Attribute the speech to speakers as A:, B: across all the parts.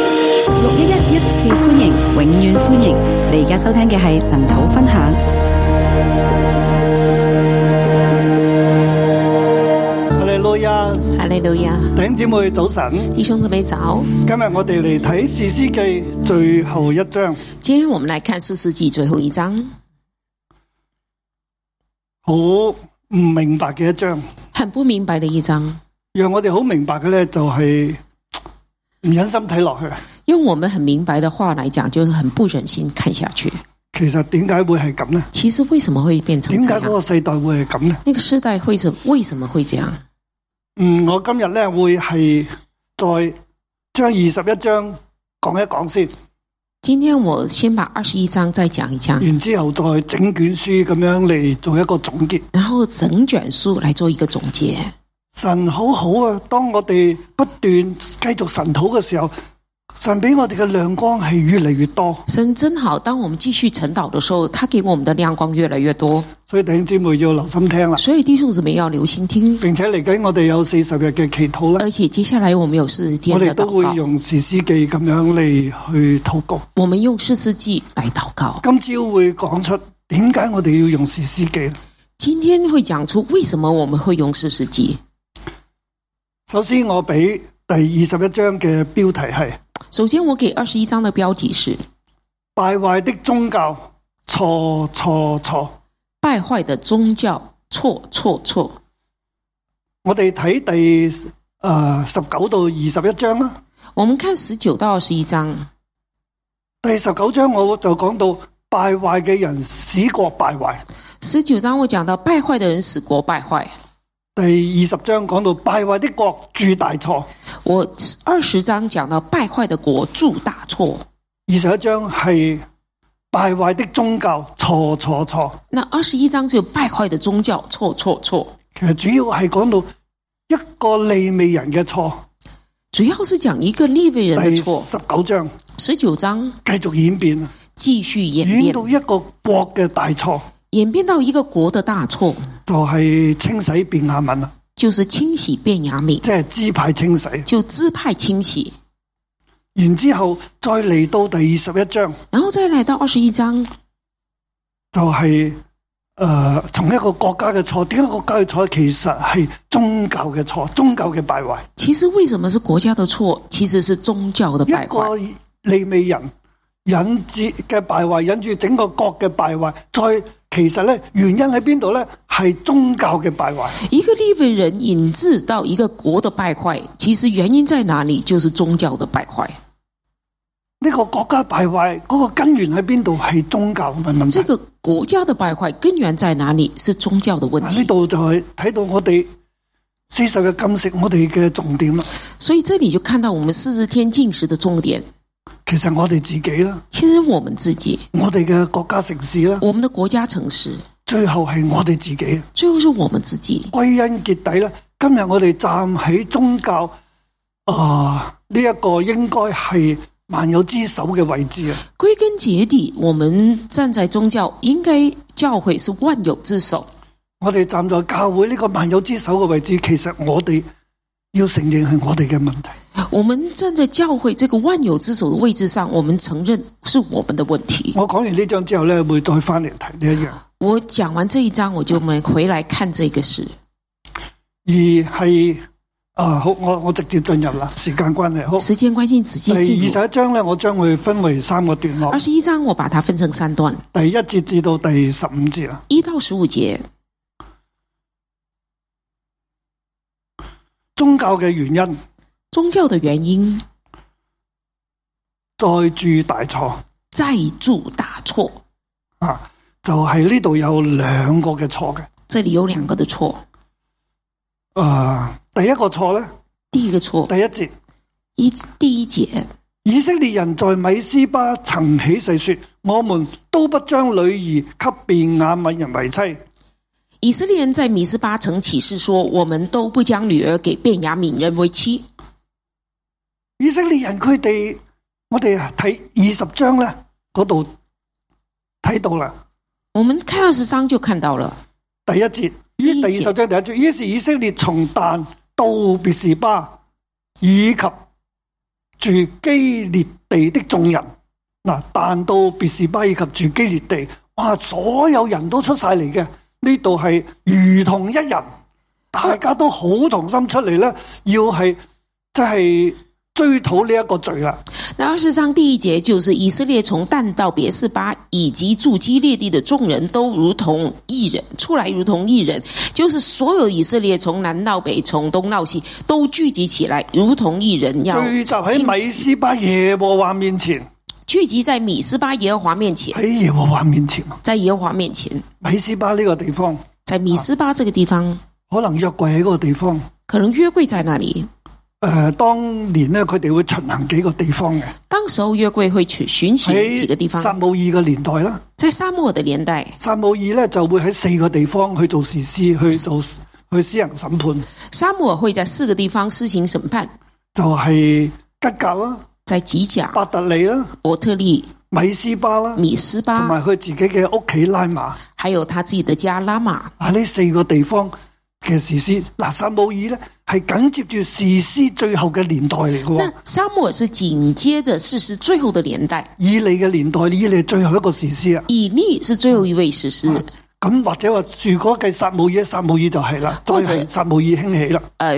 A: 六一一一次歡迎，永遠歡迎！你而家收聽嘅係神土分享。
B: 哈利路亞，
C: 哈利路亞，
B: 弟兄姊妹早晨。
C: 弟兄姊妹早。
B: 今日我哋嚟睇《士師記》最後一章，
C: 今天我們來看《士師記》最後一章，
B: 好唔明白嘅一章。
C: 很不明白的一章，
B: 讓我哋好明白嘅咧，就係唔忍心睇落去。
C: 用我們很明白的話來講，就是很不忍心看下去。
B: 其實點解會係咁呢？
C: 其實為什麼會變成
B: 點
C: 這
B: 解嗰
C: 樣？
B: 個世代會係咁呢？
C: 那個世代會怎為什麼會這樣？
B: 嗯，我今日咧會係再將二十一章講一講先，
C: 今天我先把二十一章再講一講，
B: 然之後再整卷書咁樣嚟做一個總結。
C: 然後整卷書來做一個總結。
B: 神好好啊！當我哋不斷繼續神土嘅時候，神俾我哋嘅亮光係越嚟越多。
C: 神真好，當我們繼續晨禱的時候，他給我們的亮光越來越多。
B: 所以弟兄姊妹要留心聽啦，
C: 所以弟兄姊妹要留心聽，
B: 並且嚟緊我哋有四十日嘅祈禱啦，
C: 而且接下來我們有四十天
B: 我哋
C: 的
B: 都
C: 禱
B: 會
C: 告，
B: 用士師記咁樣嚟去禱告。
C: 我們用四世紀來禱告。
B: 今朝會講出點解我哋要用士師記。
C: 今天會講出為什麼我們會用四十記。
B: 首先，我俾第二十一章嘅標題係
C: 首先，我給二十一章的標題是
B: 敗壞的宗教，錯錯錯。
C: “敗壞的宗教”，錯錯錯。
B: 我哋睇第誒十九到二十一章啦。
C: 我們看十九到二十一章，
B: 第十九章我就講到敗壞嘅人使國敗壞，
C: 十九章我講到敗壞的人使國敗壞，
B: 第二十章講到敗壞的國鑄大錯，
C: 我二十章講到敗壞的國鑄大錯，
B: 二十一章係敗壞的宗教錯錯錯。
C: 那二十一章就敗壞的宗教錯錯錯，
B: 其實主要係講到一個利未人嘅錯，
C: 主要是講一個利未人的
B: 第
C: 錯。
B: 十九章
C: 十九章
B: 繼續演變，
C: 繼續演
B: 演
C: 變，
B: 到一個國嘅大錯，
C: 演變到一個國的大錯，
B: 就係、清洗便雅憫啦，
C: 就是清洗便雅憫，
B: 即係支派清洗。
C: 就支派清洗。
B: 然之後再嚟到第二十一章，
C: 然后再来到二十一章，
B: 就係呃從一個國家嘅錯，點解國家嘅錯其實係宗教嘅錯，宗教嘅敗壞。
C: 其实为什么是国家的错？其实是宗教的败坏。
B: 一個利未人引致嘅敗壞，引致整個國嘅敗壞。再其實咧，原因喺邊度咧？係宗教嘅敗壞。
C: 一个利未人引致到一个国的败坏，其实原因在哪里？就是宗教的败坏。
B: 呢、個國家敗壞嗰、個根源喺邊度？係宗教嘅問
C: 这
B: 題。
C: 个国家的败坏根源在哪里？是宗教的问
B: 嗱，呢
C: 题。
B: 度就係睇到我哋四十日禁食，我哋嘅重點啦。
C: 所以这里就看到我们四十天禁食的重点，
B: 其實我哋自己啦，
C: 其实我们自己、
B: 我哋嘅國家城市啦，
C: 我们的国家、城市，
B: 最後係我哋自己。
C: 最后是我们自己。
B: 歸根結底咧，今日我哋站喺宗教啊呢一個應該係萬有之首嘅位置啊！
C: 归根结底，我们站在宗教，应该教会是万有之首。
B: 我哋站在教會呢個萬有之首嘅位置，其實我哋要承認係我哋嘅問題。
C: 我们站在教会这个万有之首的位置上，我们承认是我们的问题。
B: 我講完呢章之後咧，會再翻嚟提呢一樣，
C: 我讲完这一章，我就们回来看这个事。
B: 而係啊好，我我直接進入啦，時間關係好。
C: 时间关系，直
B: 第
C: 接
B: 二
C: 进入
B: 哎十一章咧，我將會分為三個段落
C: 二，十一章，我把它分成三段，
B: 第一節至到第十五節啦。
C: 一到十五节。
B: 宗教嘅原因
C: 宗教的原因
B: 再鑄大錯。
C: 再铸大错，
B: 啊，就係呢度有兩個嘅錯嘅。
C: 这里有两个的错。
B: 诶、啊第一個錯咧，
C: 第一个错，
B: 第一節，
C: 一第一节，
B: 以色列人在米斯巴曾起誓說：我們都不將女兒給便雅悯人為妻。
C: 以色列人在米斯巴曾起誓说：“我们都不将女儿给便雅悯人为妻。
B: 以色列人佢哋，我哋啊睇二十章咧嗰度睇到啦。”
C: 我们看二十章就看到了。
B: 第一節，於第二十章第一節，於是以色列從但到別是巴以及住基列地的眾人。嗱，但到別是巴以及住基列地，哇！所有人都出晒嚟嘅，呢度係如同一人，大家都好同心出嚟咧，要係即係追討呢一個罪啦。
C: 那二十章第一节就是以色列从但到别是巴以及住基列地的众人都如同一人，出来如同一人，就是所有以色列从南到北，从东到西都聚集起来，如同一人，要
B: 聚集喺米
C: 进
B: 斯巴耶和華面前，
C: 聚集在米斯巴耶和华面前，
B: 喺耶和華面前，
C: 在耶和华面前，
B: 米斯巴呢個地方，
C: 在米斯巴这个地方，
B: 可能約櫃喺嗰個地方。
C: 可能约柜在那里。
B: 诶、當年咧，佢哋會巡行幾個地方嘅，
C: 当时候约柜会去巡行几个地
B: 喺撒
C: 方，
B: 姆耳嘅年代啦。
C: 在沙漠的年代，
B: 撒姆耳咧就會喺四個地方去做事師，去做去私人審判，
C: 沙漠会在四个地方施行审判，
B: 就係吉格啦、
C: 在吉甲、
B: 伯特利啦、
C: 伯特利、
B: 米斯巴啦，
C: 米斯
B: 同
C: 巴，
B: 埋佢自己嘅屋企拉馬
C: 还有他自己的家拉玛。
B: 啊，呢四個地方嘅事師。嗱，撒姆耳咧係緊接住事師最後嘅年代嚟嘅
C: 那
B: 喎，
C: 沙漠是紧接着士师最后的年代，
B: 以利嘅年代，以利最後一個事師啊。
C: 以利是最后一位士师。
B: 咁或者話，如果計撒姆耳，撒姆耳就係啦，再
C: 或者
B: 係撒姆耳興起啦。
C: 呃，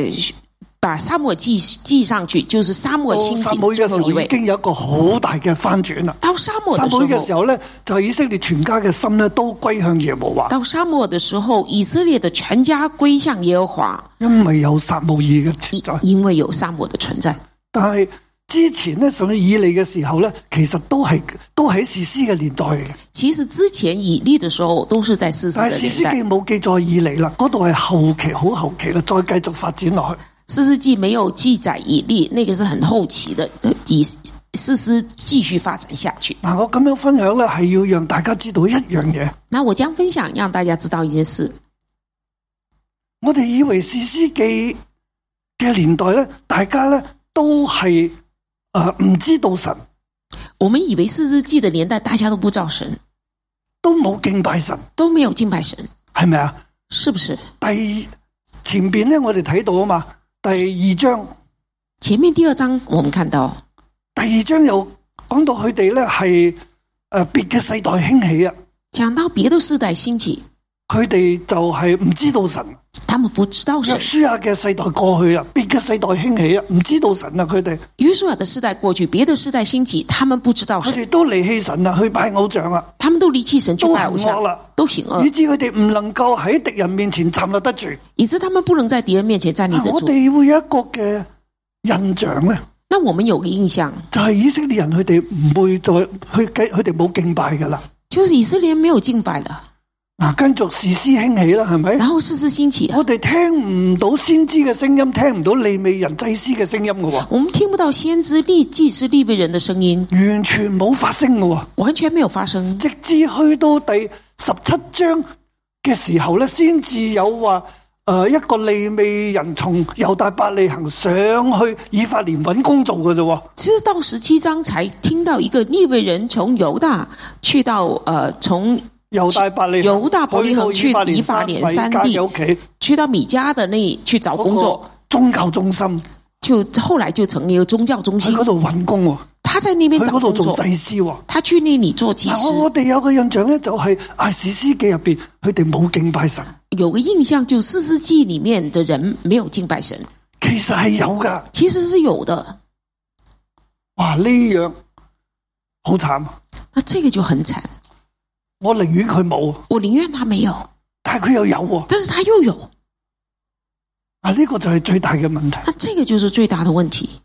C: 把沙漠记记上去，就是沙漠
B: 到
C: 兴
B: 哦撒
C: 起
B: 姆
C: 是
B: 耳
C: 最
B: 嘅
C: 后
B: 時
C: 一
B: 候已
C: 位。嗯
B: 經有一個好大嘅翻轉啦。
C: 到沙漠
B: 撒
C: 的
B: 母耳
C: 时
B: 嘅時
C: 候，
B: 候咧，就以色列全家嘅心咧都歸向耶和華，
C: 到沙漠的时候，以色列的全家归向耶和华，
B: 因為有撒母耳嘅存
C: 因
B: 在。
C: 因为有沙漠的存在。
B: 但係之前咧，甚至以利嘅時候咧，其實都係都喺士師嘅年代嚟嘅，
C: 其实之前以利的时候都是在四十的
B: 但係士
C: 年
B: 師
C: 代，
B: 記冇記載以利啦，嗰度係後期好後期啦，再繼續發展落去。
C: 四世纪没有记载以利，那个是很后期的，呃以四师继续发展下去。
B: 嗱，我咁樣分享咧，係要讓大家知道一樣嘢。
C: 那我将分享让大家知道一件事：
B: 我哋以為士師記嘅年代咧，大家咧都係诶唔知道神，
C: 我们以为四世纪的年代大家都不知道神，
B: 都冇敬拜神，
C: 都没有敬拜神，
B: 係咪啊？
C: 是不是？
B: 第前边咧，我哋睇到啊嘛，第二章
C: 前面第二章我们看到，
B: 第二章又講到佢哋咧係诶别嘅世代興起啊，
C: 讲到别的世代兴起，
B: 佢哋就係唔知道神。
C: 他们不知道神；
B: 約書亞嘅世代過去啊，別嘅世代興起啊，唔知道神啊，佢哋
C: 约书亚的世代过去，别的世代兴起，他们不知道
B: 佢
C: 神，
B: 哋都離棄神啊，去拜偶像啊，
C: 他们都离弃神去
B: 都
C: 拜偶
B: 行
C: 像
B: 惡，啦，
C: 都行恶
B: 以，致佢哋唔能夠喺敵人面前站立得住。
C: 以致他们不能在敌人面前站立
B: 嗱
C: 得
B: 啊我
C: 住。
B: 哋會有一個嘅印象咧，
C: 那我们有个印象，
B: 就係以色列人佢哋唔會再去計，佢哋冇敬拜啊噶啦。
C: 就是以色列没有敬拜了，
B: 嗱，跟住士師興起啦，係咪？
C: 然后世事兴起了，
B: 我哋聽唔到先知嘅聲音，聽唔到利未人祭司嘅聲音嘅喎，
C: 我们听不到先知立祭司立位人的声音，
B: 完全冇發聲嘅喎。
C: 完全没有发生。
B: 直至去到第十七章嘅時候咧，先至有話诶、呃一個利未人從猶大伯利行上去以法蓮揾工做嘅啫喎。
C: 直到十七章才听到一个利未人从犹大去到呃从
B: 猶大伯利行
C: 猶大伯利恒
B: 去到
C: 去
B: 以
C: 以
B: 法
C: 法
B: 蓮
C: 蓮
B: 山
C: 山
B: 米
C: 地
B: 迦嘅屋企
C: 去到米迦的那里去找工
B: 嗰個
C: 作，
B: 宗教中心，
C: 就后来就成了一个宗教中
B: 喺
C: 心
B: 嗰。度揾工喎，
C: 他在那边
B: 喺
C: 找
B: 嗰
C: 工
B: 度做
C: 作，
B: 祭司喎。
C: 他去那里做祭
B: 嗱，我
C: 司。
B: 我哋有個印象咧，就係啊史詩記入邊，佢哋冇敬拜神，
C: 有个印象，就四世纪里面的人没有敬拜神，
B: 其實係有噶。
C: 其实是有的。
B: 哇，呢樣好慘，啊
C: 那这个就很惨。
B: 我寧願佢冇，
C: 我宁愿他没有，
B: 但係佢又有喎。
C: 但是他又有，
B: 啊，呢、個就係最大嘅問題。
C: 那这个就是最大的问题。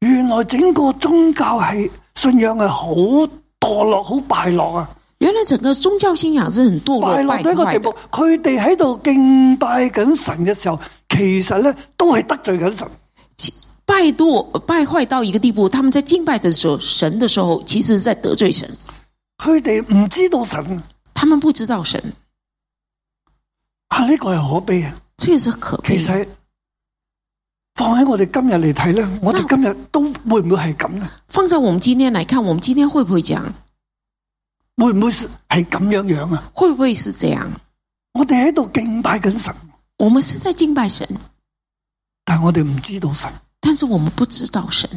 B: 原來整個宗教係信仰係好墮落、好敗落啊！
C: 原来整个宗教信仰是很堕
B: 敗
C: 落、
B: 落
C: 败
B: 到一個
C: 坏
B: 地
C: 的
B: 步。，佢哋喺度敬拜緊神嘅時候，其實咧都係得罪緊神。
C: 其拜堕败坏到一个地步，他们在敬拜的时候，神的时候，其实是在得罪神，
B: 佢哋唔知道神
C: 他们不知道神，
B: 啊！呢、個係可悲啊！
C: 这个是可悲
B: 其
C: 的。
B: 實放喺我哋今日嚟睇咧，我哋今日都會唔會係咁咧？
C: 放在我们今天来看，我们今天会不会讲？
B: 會唔會係咁樣樣啊？
C: 会不会是这样？
B: 我哋喺度敬拜緊神，
C: 我们是在敬拜神，
B: 但我哋唔知道神。
C: 但是我们不知道神。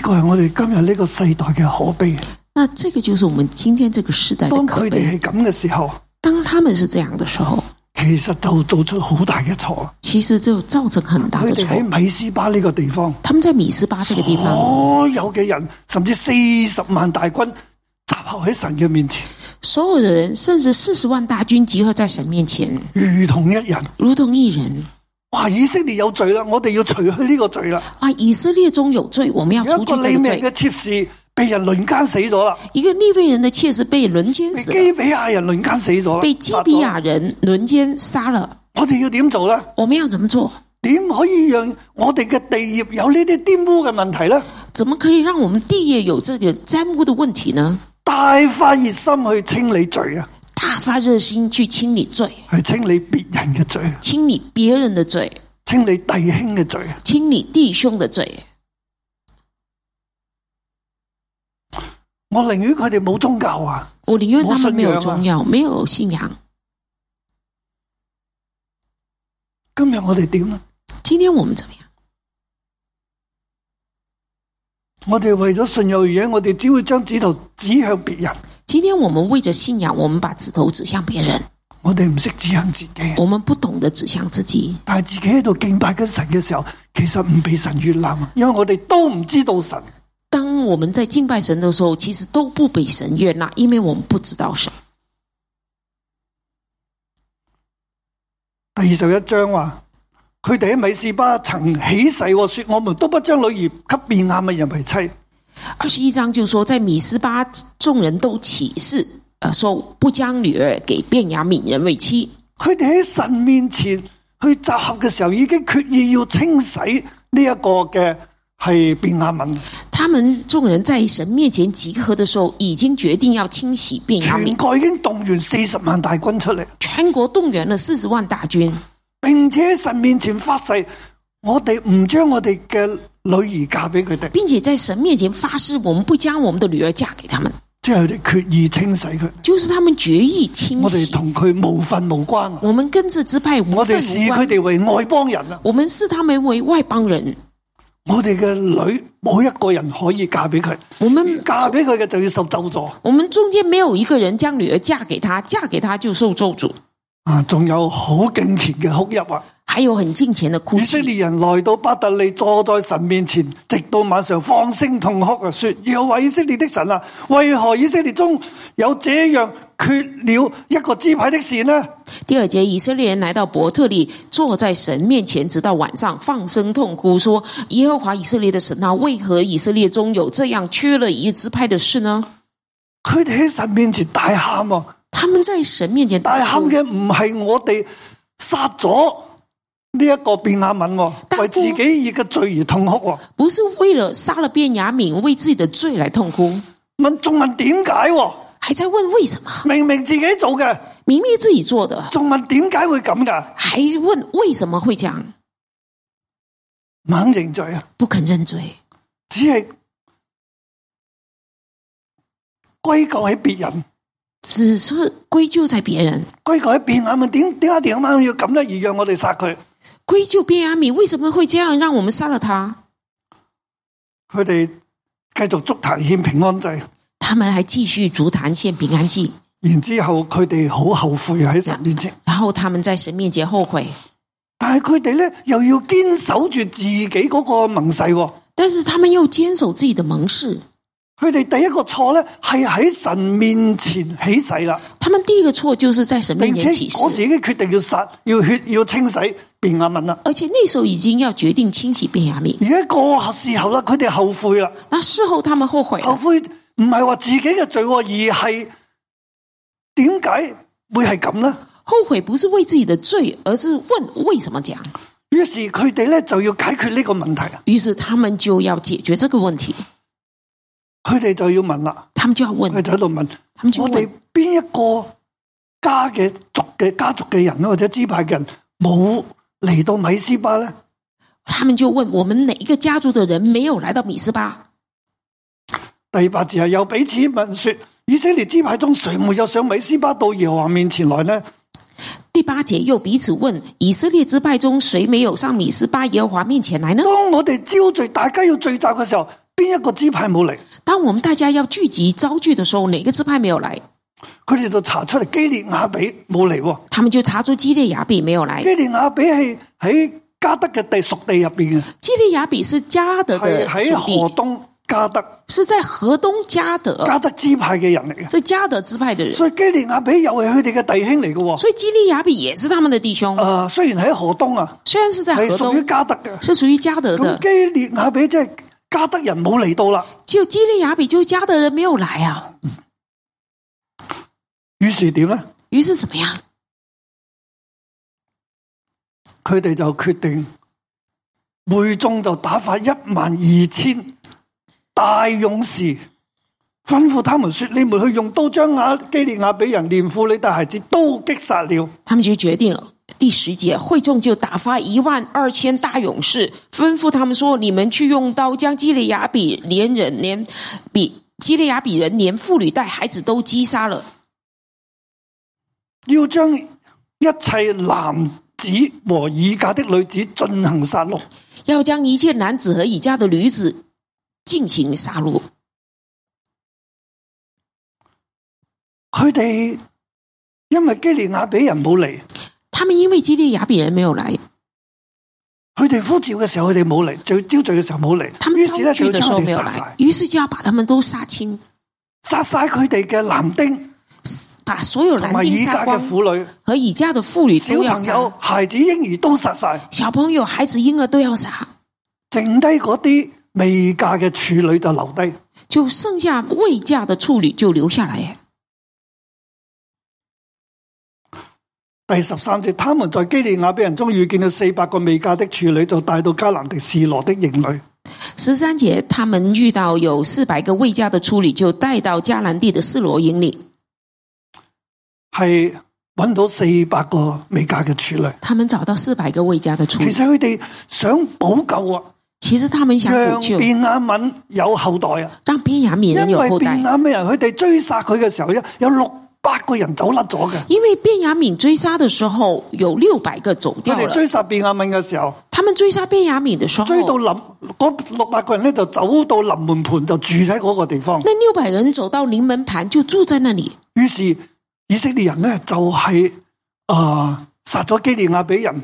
B: 個係我哋今日呢個世代嘅可悲。啊
C: 那这个就是我们今天这个时代的
B: 當
C: 可
B: 佢哋
C: 悲。
B: 係咁嘅時候，
C: 当他们是这样的时候，
B: 其實就做出好大嘅錯。
C: 其实就造成很大
B: 啊佢
C: 的
B: 哋
C: 错。
B: 喺米斯巴呢個地方，
C: 他们在米斯巴这个地方，
B: 所哦有嘅人，甚至四十萬大軍集合喺神嘅面前，
C: 所有的人，甚至四十万大军集合在神面前，
B: 如同一人。
C: 如同一人。
B: 哇！以色列有罪啦，我哋要除去呢個罪啦。
C: 哇，啊以色列中有罪，我们要
B: 有
C: 除
B: 一個
C: 去
B: 利
C: 这个
B: 命
C: 罪
B: 嘅。妾侍被人輪奸死咗啦，
C: 一个利未人的妾室被轮奸
B: 被
C: 死了，
B: 基比亞人輪奸死咗啦，
C: 被基比亞人轮奸杀了。
B: 我哋要點做咧？
C: 我们要怎么做？
B: 點可以讓我哋嘅地業有呢啲玷污嘅問題咧？
C: 怎么可以让我们地业有这个沾污的问题呢？
B: 大發熱心去清理罪啊，
C: 大发热心去清理罪，
B: 去清理別人嘅罪，
C: 清理别人的罪，
B: 清理弟兄嘅罪。啊
C: 清理弟兄的罪。
B: 我寧願佢哋冇宗教啊，
C: 我宁愿他们没有
B: 我信仰啊
C: 宗教，没有信仰。
B: 今日我哋點咧？
C: 今天我们怎么样？
B: 我哋為咗信有而嘢，我哋只會將指頭指向別人，
C: 今天我们为着信仰，我们把指头指向别人，
B: 我哋唔識指向自己。
C: 我们不懂得指向自己。
B: 但係自己喺度敬拜緊神嘅時候，其實唔被神悅納啊，因為我哋都唔知道神。
C: 当我们在敬拜神的时候，其实都不被神悦纳，因为我们不知道神。
B: 第二十一章話：佢哋喺米士巴曾起誓喎，說我們都不將女兒給便雅悯人為妻。
C: 二十一章就说，在米斯巴，众人都起誓，呃，说不将女儿给便雅悯人为妻。
B: 佢哋喺神面前去集合嘅時候，已經決意要清洗呢一個嘅係便雅悯，
C: 他们众人在神面前集合的时候，已经决定要清洗便雅
B: 全
C: 悯，
B: 國已經動員四十萬大軍出嚟，
C: 全国动员了四十万大军，
B: 並且喺神面前發誓：我哋唔將我哋嘅女兒嫁俾佢哋，
C: 并且在神面前发誓，我们不将我们的女儿嫁给他们，
B: 即係佢哋決意清洗佢。
C: 就是他们决意清
B: 我哋
C: 洗。
B: 同佢無份無關啊！
C: 我们跟这支派无
B: 我
C: 分
B: 哋視
C: 无
B: 佢
C: 关，
B: 哋為外邦人啊！
C: 我们视他们为外邦人，
B: 我哋嘅女冇一個人可以嫁俾佢，
C: 我们
B: 嫁俾佢嘅就要受咒詛
C: 我们中间没有一个人将女儿嫁给他，嫁给他就受咒诅。
B: 啊！仲有好敬虔嘅哭泣啊！
C: 还有很敬虔的哭
B: 以
C: 泣
B: 色。列人來到巴特利，坐在神面前，直到晚上放聲痛哭啊，說：耶和華以色列的神啊，為何以色列中有這樣缺了一個支派的事呢？
C: 第二节，以色列人来到伯特利，坐在神面前，直到晚上，放声痛哭，说：“耶和华以色列的神啊，为何以色列中有这样缺了一支派的事呢
B: 佢哋喺神面前大喊啊！？”
C: 他们在神面前
B: 大喊
C: 哭，
B: 嘅唔係我哋殺咗呢一個便雅敏喎，
C: 大哭
B: 為自己嘅罪而痛哭喎。
C: 不是为了杀了便雅悯，为自己的罪来痛哭，
B: 問仲問點解喎？
C: 还在问为什么？
B: 明明自己做嘅，
C: 明明自己做的，
B: 仲問點解會咁噶？
C: 还问为什么会这样？
B: 猛認罪啊！
C: 不肯认罪，
B: 只係歸咎喺別人，
C: 只是归咎在别人，
B: 歸咎喺便雅憫。點點解點解要咁咧？而讓我哋殺佢？
C: 归咎便雅悯为什么会这样，让我们杀了他？
B: 佢哋繼續築壇獻平安祭，
C: 他们还继续足坛献平安祭，
B: 然之後佢哋好後悔喺神面前。
C: 然后他们在神面前后悔，
B: 但係佢哋咧又要堅守住自己嗰個盟誓喎。
C: 但是他们又坚守自己的盟誓。
B: 佢哋第一個錯咧係喺神面前起誓啦，
C: 他们第一个错就是在神面
B: 並且
C: 前起
B: 嗰時
C: 誓，
B: 已經決定要殺、要血、要清洗便雅憫啦。
C: 而且那时候已经要决定清洗便雅悯。
B: 而家過時候啦，佢哋後悔啦，
C: 那事後他们后悔
B: 後
C: 了，
B: 悔唔係話自己嘅罪喎，而係點解會係咁呢？
C: 后悔不是为自己的罪，而是问为什么这样。
B: 於是佢哋咧就要解決呢個問題，啊
C: 于是他们就要解决这个问题，
B: 佢哋就要問啦，
C: 他们就要问
B: 佢哋就喺度問：
C: 他們就問
B: 我哋邊一個家嘅族嘅家族嘅人或者支派嘅人冇嚟到米斯巴呢？
C: 他们就问我们哪一个家族的人没有来到米斯巴？
B: 第八節係又彼此問說：以色列支派中誰沒有上米斯巴到耶和華面前來呢？
C: 第八节又彼此问以色列支派中谁没有上米斯巴耶和华面前来呢？
B: 当我哋焦聚，大家要聚集嘅时候，邊一個支派冇嚟，
C: 当我们大家要聚集遭聚的时候，哪个支派没有来？
B: 佢哋就查出嚟基列雅比冇嚟喎。
C: 他们就查出基列雅比没有来。
B: 基列雅比係喺加德嘅地屬地入边嘅，
C: 基列雅比是加德
B: 係
C: 的
B: 喺
C: 属
B: 河
C: 地，
B: 東加德
C: 是在河东加德，
B: 加德支派嘅人嚟嘅，
C: 是加德支派的人。
B: 所以基列雅比又係佢哋嘅弟兄嚟嘅喎。
C: 所以基列雅比也是他们的弟兄
B: 诶、，雖然喺河東啊，
C: 虽然是在
B: 係
C: 河
B: 屬於
C: 东，
B: 加德嘅，
C: 哎是属于加德
B: 咁
C: 的。
B: 基列雅比即係加德人冇嚟到啦。
C: 就基列雅比，就加德人没有来啊。
B: 於是點咧？
C: 于是怎么样？
B: 佢哋就決定會眾就打發一萬二千大勇士，吩咐他們說：你們去用刀將亞基列亞比人連婦女帶孩子都擊殺了。
C: 他们就决定第十节，会众就打发一万二千大勇士，吩咐他们说：“你们去用刀将基利亚比连人连比基利亚比人连妇女带孩子都击杀了，
B: 要將一切男子和以嫁的女子進行殺戮。
C: 要将一切男子和以家的女子进行杀戮。
B: 佢哋因為基列亞比人冇嚟，”
C: 他们因为基利亚比人没有来，
B: 佢哋呼召嘅時候佢哋冇嚟，最招聚嘅時候冇嚟
C: 他，们
B: 於是
C: 遭
B: 咧就
C: 拒
B: 要
C: 的
B: 將
C: 时候
B: 佢
C: 没
B: 哋
C: 有
B: 殺晒
C: 来，，于是就要把他们都杀清，
B: 殺晒佢哋嘅男丁
C: 把所有
B: 同
C: 男
B: 埋
C: 丁
B: 以
C: 杀
B: 嫁
C: 光
B: 嘅，婦女。
C: 和以家的妇女
B: 小
C: 都要
B: 朋友
C: 杀，、
B: 孩子、嬰兒都殺晒，
C: 小朋友、孩子、婴儿都要杀。
B: 剩低嗰啲未嫁嘅處女就留低。
C: 就剩下未嫁的处女就留下来。
B: 第十三節，他們在基利亞比人中遇見了四百個未嫁的處女，就帶到迦南地示羅的營裏。
C: 十三节，他们遇到有四百个未嫁的处女，就带到迦南地的示罗营里。
B: 係揾到四百個未嫁嘅處女。
C: 他们找到四百个未嫁的处
B: 其
C: 女，
B: 實佢哋想補救啊，
C: 其实他们想
B: 讓
C: 补救，
B: 便雅敏有後代啊。
C: 让边雅悯
B: 因
C: 人有
B: 為
C: 后代
B: 便。雅悯人佢哋追殺佢嘅時候，有六百個人走甩咗嘅。
C: 因为便雅悯追杀的时候，有六百个走
B: 佢
C: 掉
B: 哋
C: 了。
B: 追殺便雅敏嘅時候，
C: 他们追杀便雅悯的时候，
B: 追到臨嗰六百個人咧就走到臨門盤，就住喺嗰個地方。
C: 那六百人走到临门盘，就住在那里。
B: 於是以色列人咧就係啊殺咗基利亞比人，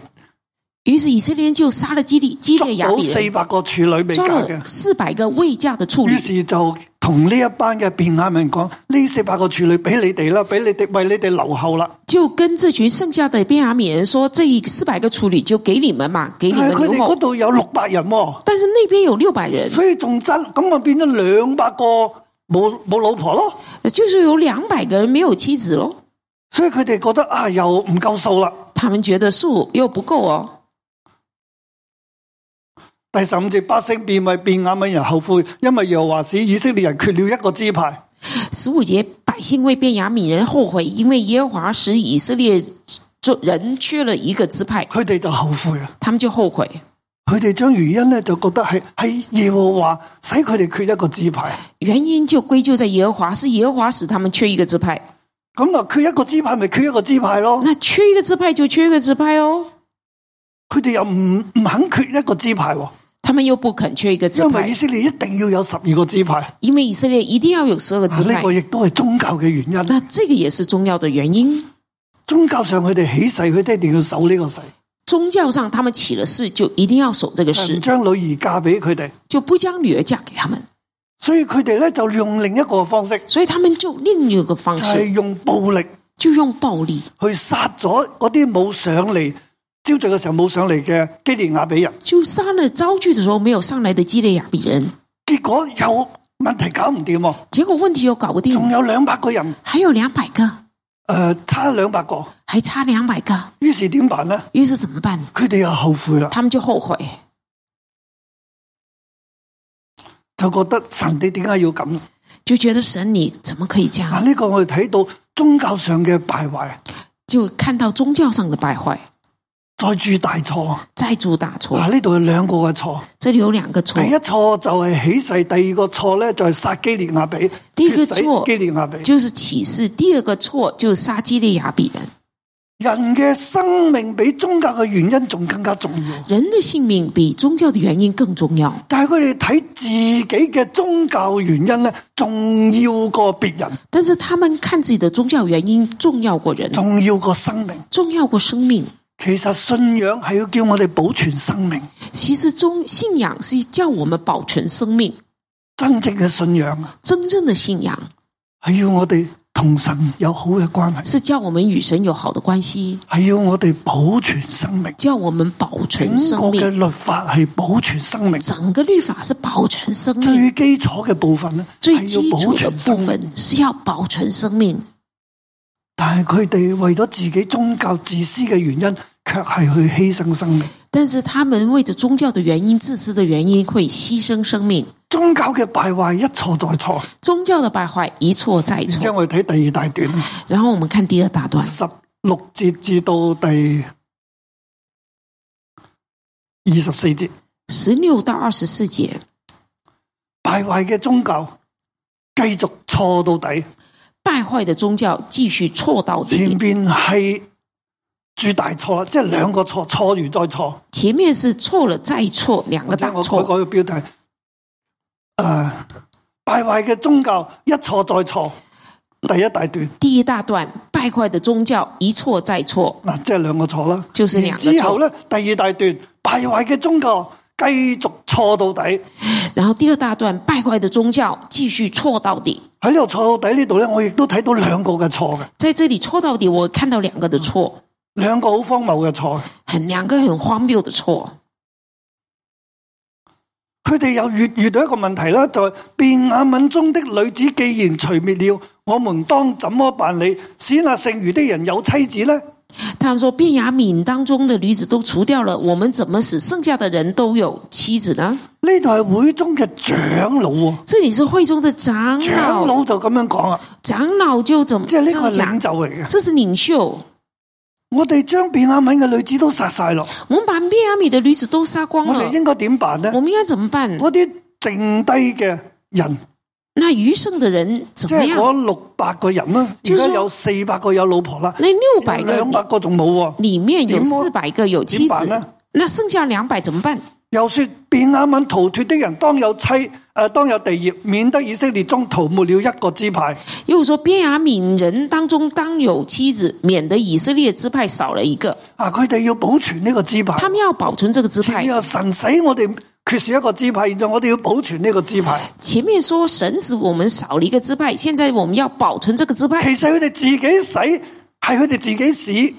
C: 于是以色列人就杀了基利基
B: 捉
C: 列雅
B: 到
C: 比
B: 四
C: 人，
B: 百個處女未
C: 抓
B: 嫁嘅
C: 了。四百个未嫁的处女
B: 於。是就同呢一班嘅便雅悯講：呢四百個處女俾你哋啦，俾你哋為你哋留後啦。
C: 就跟这群剩下的便雅悯人说，这四百个处女就给你们嘛，给
B: 但
C: 你
B: 係
C: 们
B: 佢
C: 留
B: 哋嗰
C: 后。
B: 度有六百人、喎，
C: 但是那边有六百人，
B: 所以仲真咁啊變咗兩百個冇冇老婆咯。
C: 就是有两百个人没有妻子咯。
B: 所以佢哋覺得啊又唔夠數啦。
C: 他们觉得数又不够哦。
B: 第十五節，百姓便為便雅悯人後悔，因為耶和華使以色列人缺了一個支派。
C: 十五节，百姓为便雅悯人后悔，因为耶和华使以色列做人缺了一个支派，
B: 佢哋就後悔啊！
C: 他们就后悔。
B: 佢哋將原因咧就覺得係係耶和華使佢哋缺一個支派，
C: 原因就归咎在耶和华，是耶和华使他们缺一个支派。
B: 咁啊缺一個支派咪缺一個支派咯。
C: 那缺一个支派就缺一个支派哦，
B: 佢哋又唔唔肯缺一個支派喎，
C: 他们又不肯缺一个支
B: 因為以
C: 派，
B: 色列一定要有十二個支派，啊
C: 因为以色列一定要有十二个支
B: 呢、
C: 派嗯
B: 個。亦都係宗教嘅原因。
C: 那这个也是重要的原因。
B: 宗教上佢哋起誓，佢哋一定要守呢個誓，
C: 宗教上他们起了誓，就一定要守这个
B: 就唔
C: 誓，
B: 將女兒嫁俾佢哋，
C: 就不将女儿嫁给他们。
B: 所以佢哋咧就用另一個方式，
C: 所以他们就另一个方
B: 就係
C: 式，
B: 用暴力
C: 就用暴力，
B: 去殺咗嗰啲冇上嚟招聚嘅時候冇上嚟嘅基列雅比人，
C: 就杀了遭拒的时候没有上来的基列亚比人。
B: 結果有問題搞唔掂喎。
C: 结果问题又搞不定，
B: 仲有兩百個人，誒、
C: 还有两百个，
B: 差兩百個，
C: 还差两百个，
B: 於是點辦呢？
C: 于是怎么办？
B: 佢哋又後悔啦，
C: 他们就后悔，
B: 就覺得神你點解要咁？嗱、
C: 就觉得神你怎么可以这样？
B: 呢個我哋睇到宗教上嘅敗壞，
C: 就看到宗教上的败坏，
B: 再鑄大錯。
C: 再主打错。
B: 嗱，呢度有兩個嘅錯，
C: 这里有两个错
B: 第，一錯就係起誓，第二個錯咧就係殺基列亞比，
C: 第一個
B: 血洗
C: 錯
B: 基列亞比。
C: 就是启示；第二个错就是杀基列亚比人。
B: 人嘅生命比宗教嘅原因仲更加重要。
C: 人的性命比宗教的原因更重要，
B: 但系佢哋睇自己嘅宗教原因咧，重要過別人，
C: 但是他们看自己的宗教原因重要过人，
B: 重要過生命。
C: 重要过生命。
B: 其實信仰係要叫我哋保存生命，
C: 其实宗信仰是叫我们保存生命，
B: 真正嘅信仰啊
C: 真正的信仰
B: 係要我哋同神有好嘅關係，
C: 是叫我们与神有好的关系，
B: 係要我哋保存生命。
C: 叫我们保存
B: 整個
C: 生
B: 嘅
C: 命。
B: 律法係保存生命，
C: 整个律法是保存生命，
B: 最基礎嘅部分咧
C: 最
B: 係
C: 基
B: 要保
C: 础的
B: 存
C: 部
B: 生命。
C: 分是要保存生命。
B: 但系佢哋为咗自己宗教自私嘅原因，却系去牺牲生命。
C: 但是他们为着宗教的原因、自私的原因，会牺牲生命。
B: 宗教嘅败坏一错再错。
C: 宗教的败坏一错再
B: 然之
C: 错。
B: 后我哋睇第二大段，
C: 然后我们看第二大段，
B: 十六节至到第二十四节，
C: 十六到二十四节，
B: 败坏嘅宗教继续错到底。
C: 败坏的宗教继续错到
B: 前
C: 底。
B: 边系最大错，即系两个错，错完再错。
C: 前面是错了再错，两
B: 或
C: 个
B: 者
C: 大
B: 我改改
C: 错。
B: 个标题，诶、呃败坏嘅宗教一错再错。第一大段。
C: 第一大段，败坏的宗教一错再错，
B: 嗱，即系两个错啦。
C: 就是兩
B: 然
C: 個錯
B: 之後咧，第二大段敗壞嘅宗教繼續錯到底。
C: 然后第二大段，败坏的宗教继续错到底。
B: 喺呢度錯到底呢度咧，我亦都睇到兩個嘅錯嘅，
C: 在这里错到底，我看到两个的错，
B: 兩個好荒謬嘅錯。
C: 很两个很荒谬的错。
B: 佢哋又遇遇到一個問題啦，就係、便雅敏中的女子既然除滅了，我們當怎麼辦理？使那剩餘的人有妻子呢？
C: 他们说便雅敏当中的女子都除掉了，我们怎么使剩下的人都有妻子呢？
B: 呢度係會中嘅長老喎，
C: 这里是会中的长
B: 長
C: 老，
B: 老就咁樣講啊，
C: 长老就怎么
B: 即係
C: 这
B: 呢個
C: 样
B: 係領
C: 讲？
B: 袖嚟嘅。
C: 这是领袖，
B: 我哋將便雅敏嘅女子都殺晒咯，
C: 我们把便雅敏的女子都杀光
B: 我哋
C: 了，
B: 應該點辦呢？
C: 嗯我们应该怎么办？
B: 嗰啲剩低嘅人，
C: 那余剩的人怎
B: 即
C: 么
B: 係
C: 样？
B: 嗰六百個人啦，而
C: 就
B: 家
C: 是
B: 有四百個有老婆啦，
C: 那六百个
B: 兩
C: 里
B: 百個仲冇喎。
C: 里面有
B: 點摸
C: 四百个有
B: 點
C: 妻
B: 辦呢
C: 子，那剩下两百怎么办？
B: 又說便雅敏逃脱的人，當有妻诶、呃，当有地業，免得以色列中逃沒了一個支派。
C: 又说便雅敏人当中当有妻子，免得以色列支派少了一个，
B: 啊，佢哋要保存呢個支派
C: 他。们要保存这个支
B: 前
C: 派
B: 面。有神使我哋缺少一個支派，現在我哋要保存呢個支派。
C: 前面说神使我们少了一个支派，现在我们要保存这个支派。
B: 其實佢哋自己使，係佢哋自己使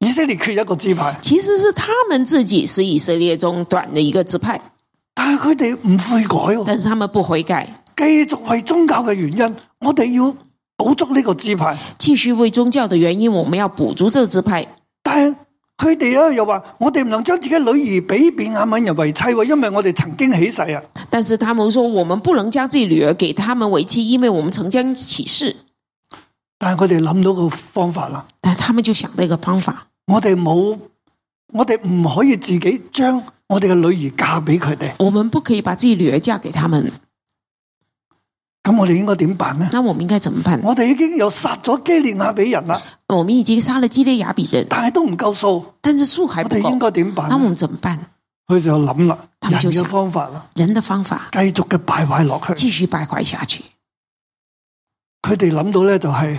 B: 以色列缺一個支派，
C: 其实是他们自己是以色列中短的一个支派，
B: 但係佢哋唔悔改喎。
C: 但是他们不悔改，
B: 继续为宗教嘅原因，我哋要补足呢个支派。
C: 继续为宗教的原因，我们要补足这个支派。
B: 但系佢哋啊又话，我哋唔能将自己女儿俾便雅悯人为妻喎，因为我哋曾经起誓啊。
C: 但是他们说，我们不能将自己女儿给他们为妻，因为我们曾经起誓。
B: 但系佢哋谂到个方法啦，
C: 但他们就想到一个方法，
B: 我哋冇，我哋唔可以自己将我哋嘅女儿嫁俾佢哋，
C: 我们不可以把自己女儿嫁给他们，
B: 咁我哋应该点办呢？
C: 那我们应该怎么办？
B: 我哋已经有杀咗基列亚比人啦，
C: 我们已经杀了基列雅比人，
B: 但系都唔够数，
C: 但是数还
B: 我
C: 不
B: 哋应
C: 够，
B: 该点办啊
C: 那我
B: 呢？
C: 们怎么办？
B: 佢就谂啦，
C: 他
B: 人
C: 們就
B: 嘅
C: 想
B: 方法啦，
C: 人的方法
B: 继续嘅败坏落去。
C: 继续败坏下去。
B: 佢哋谂到咧就系、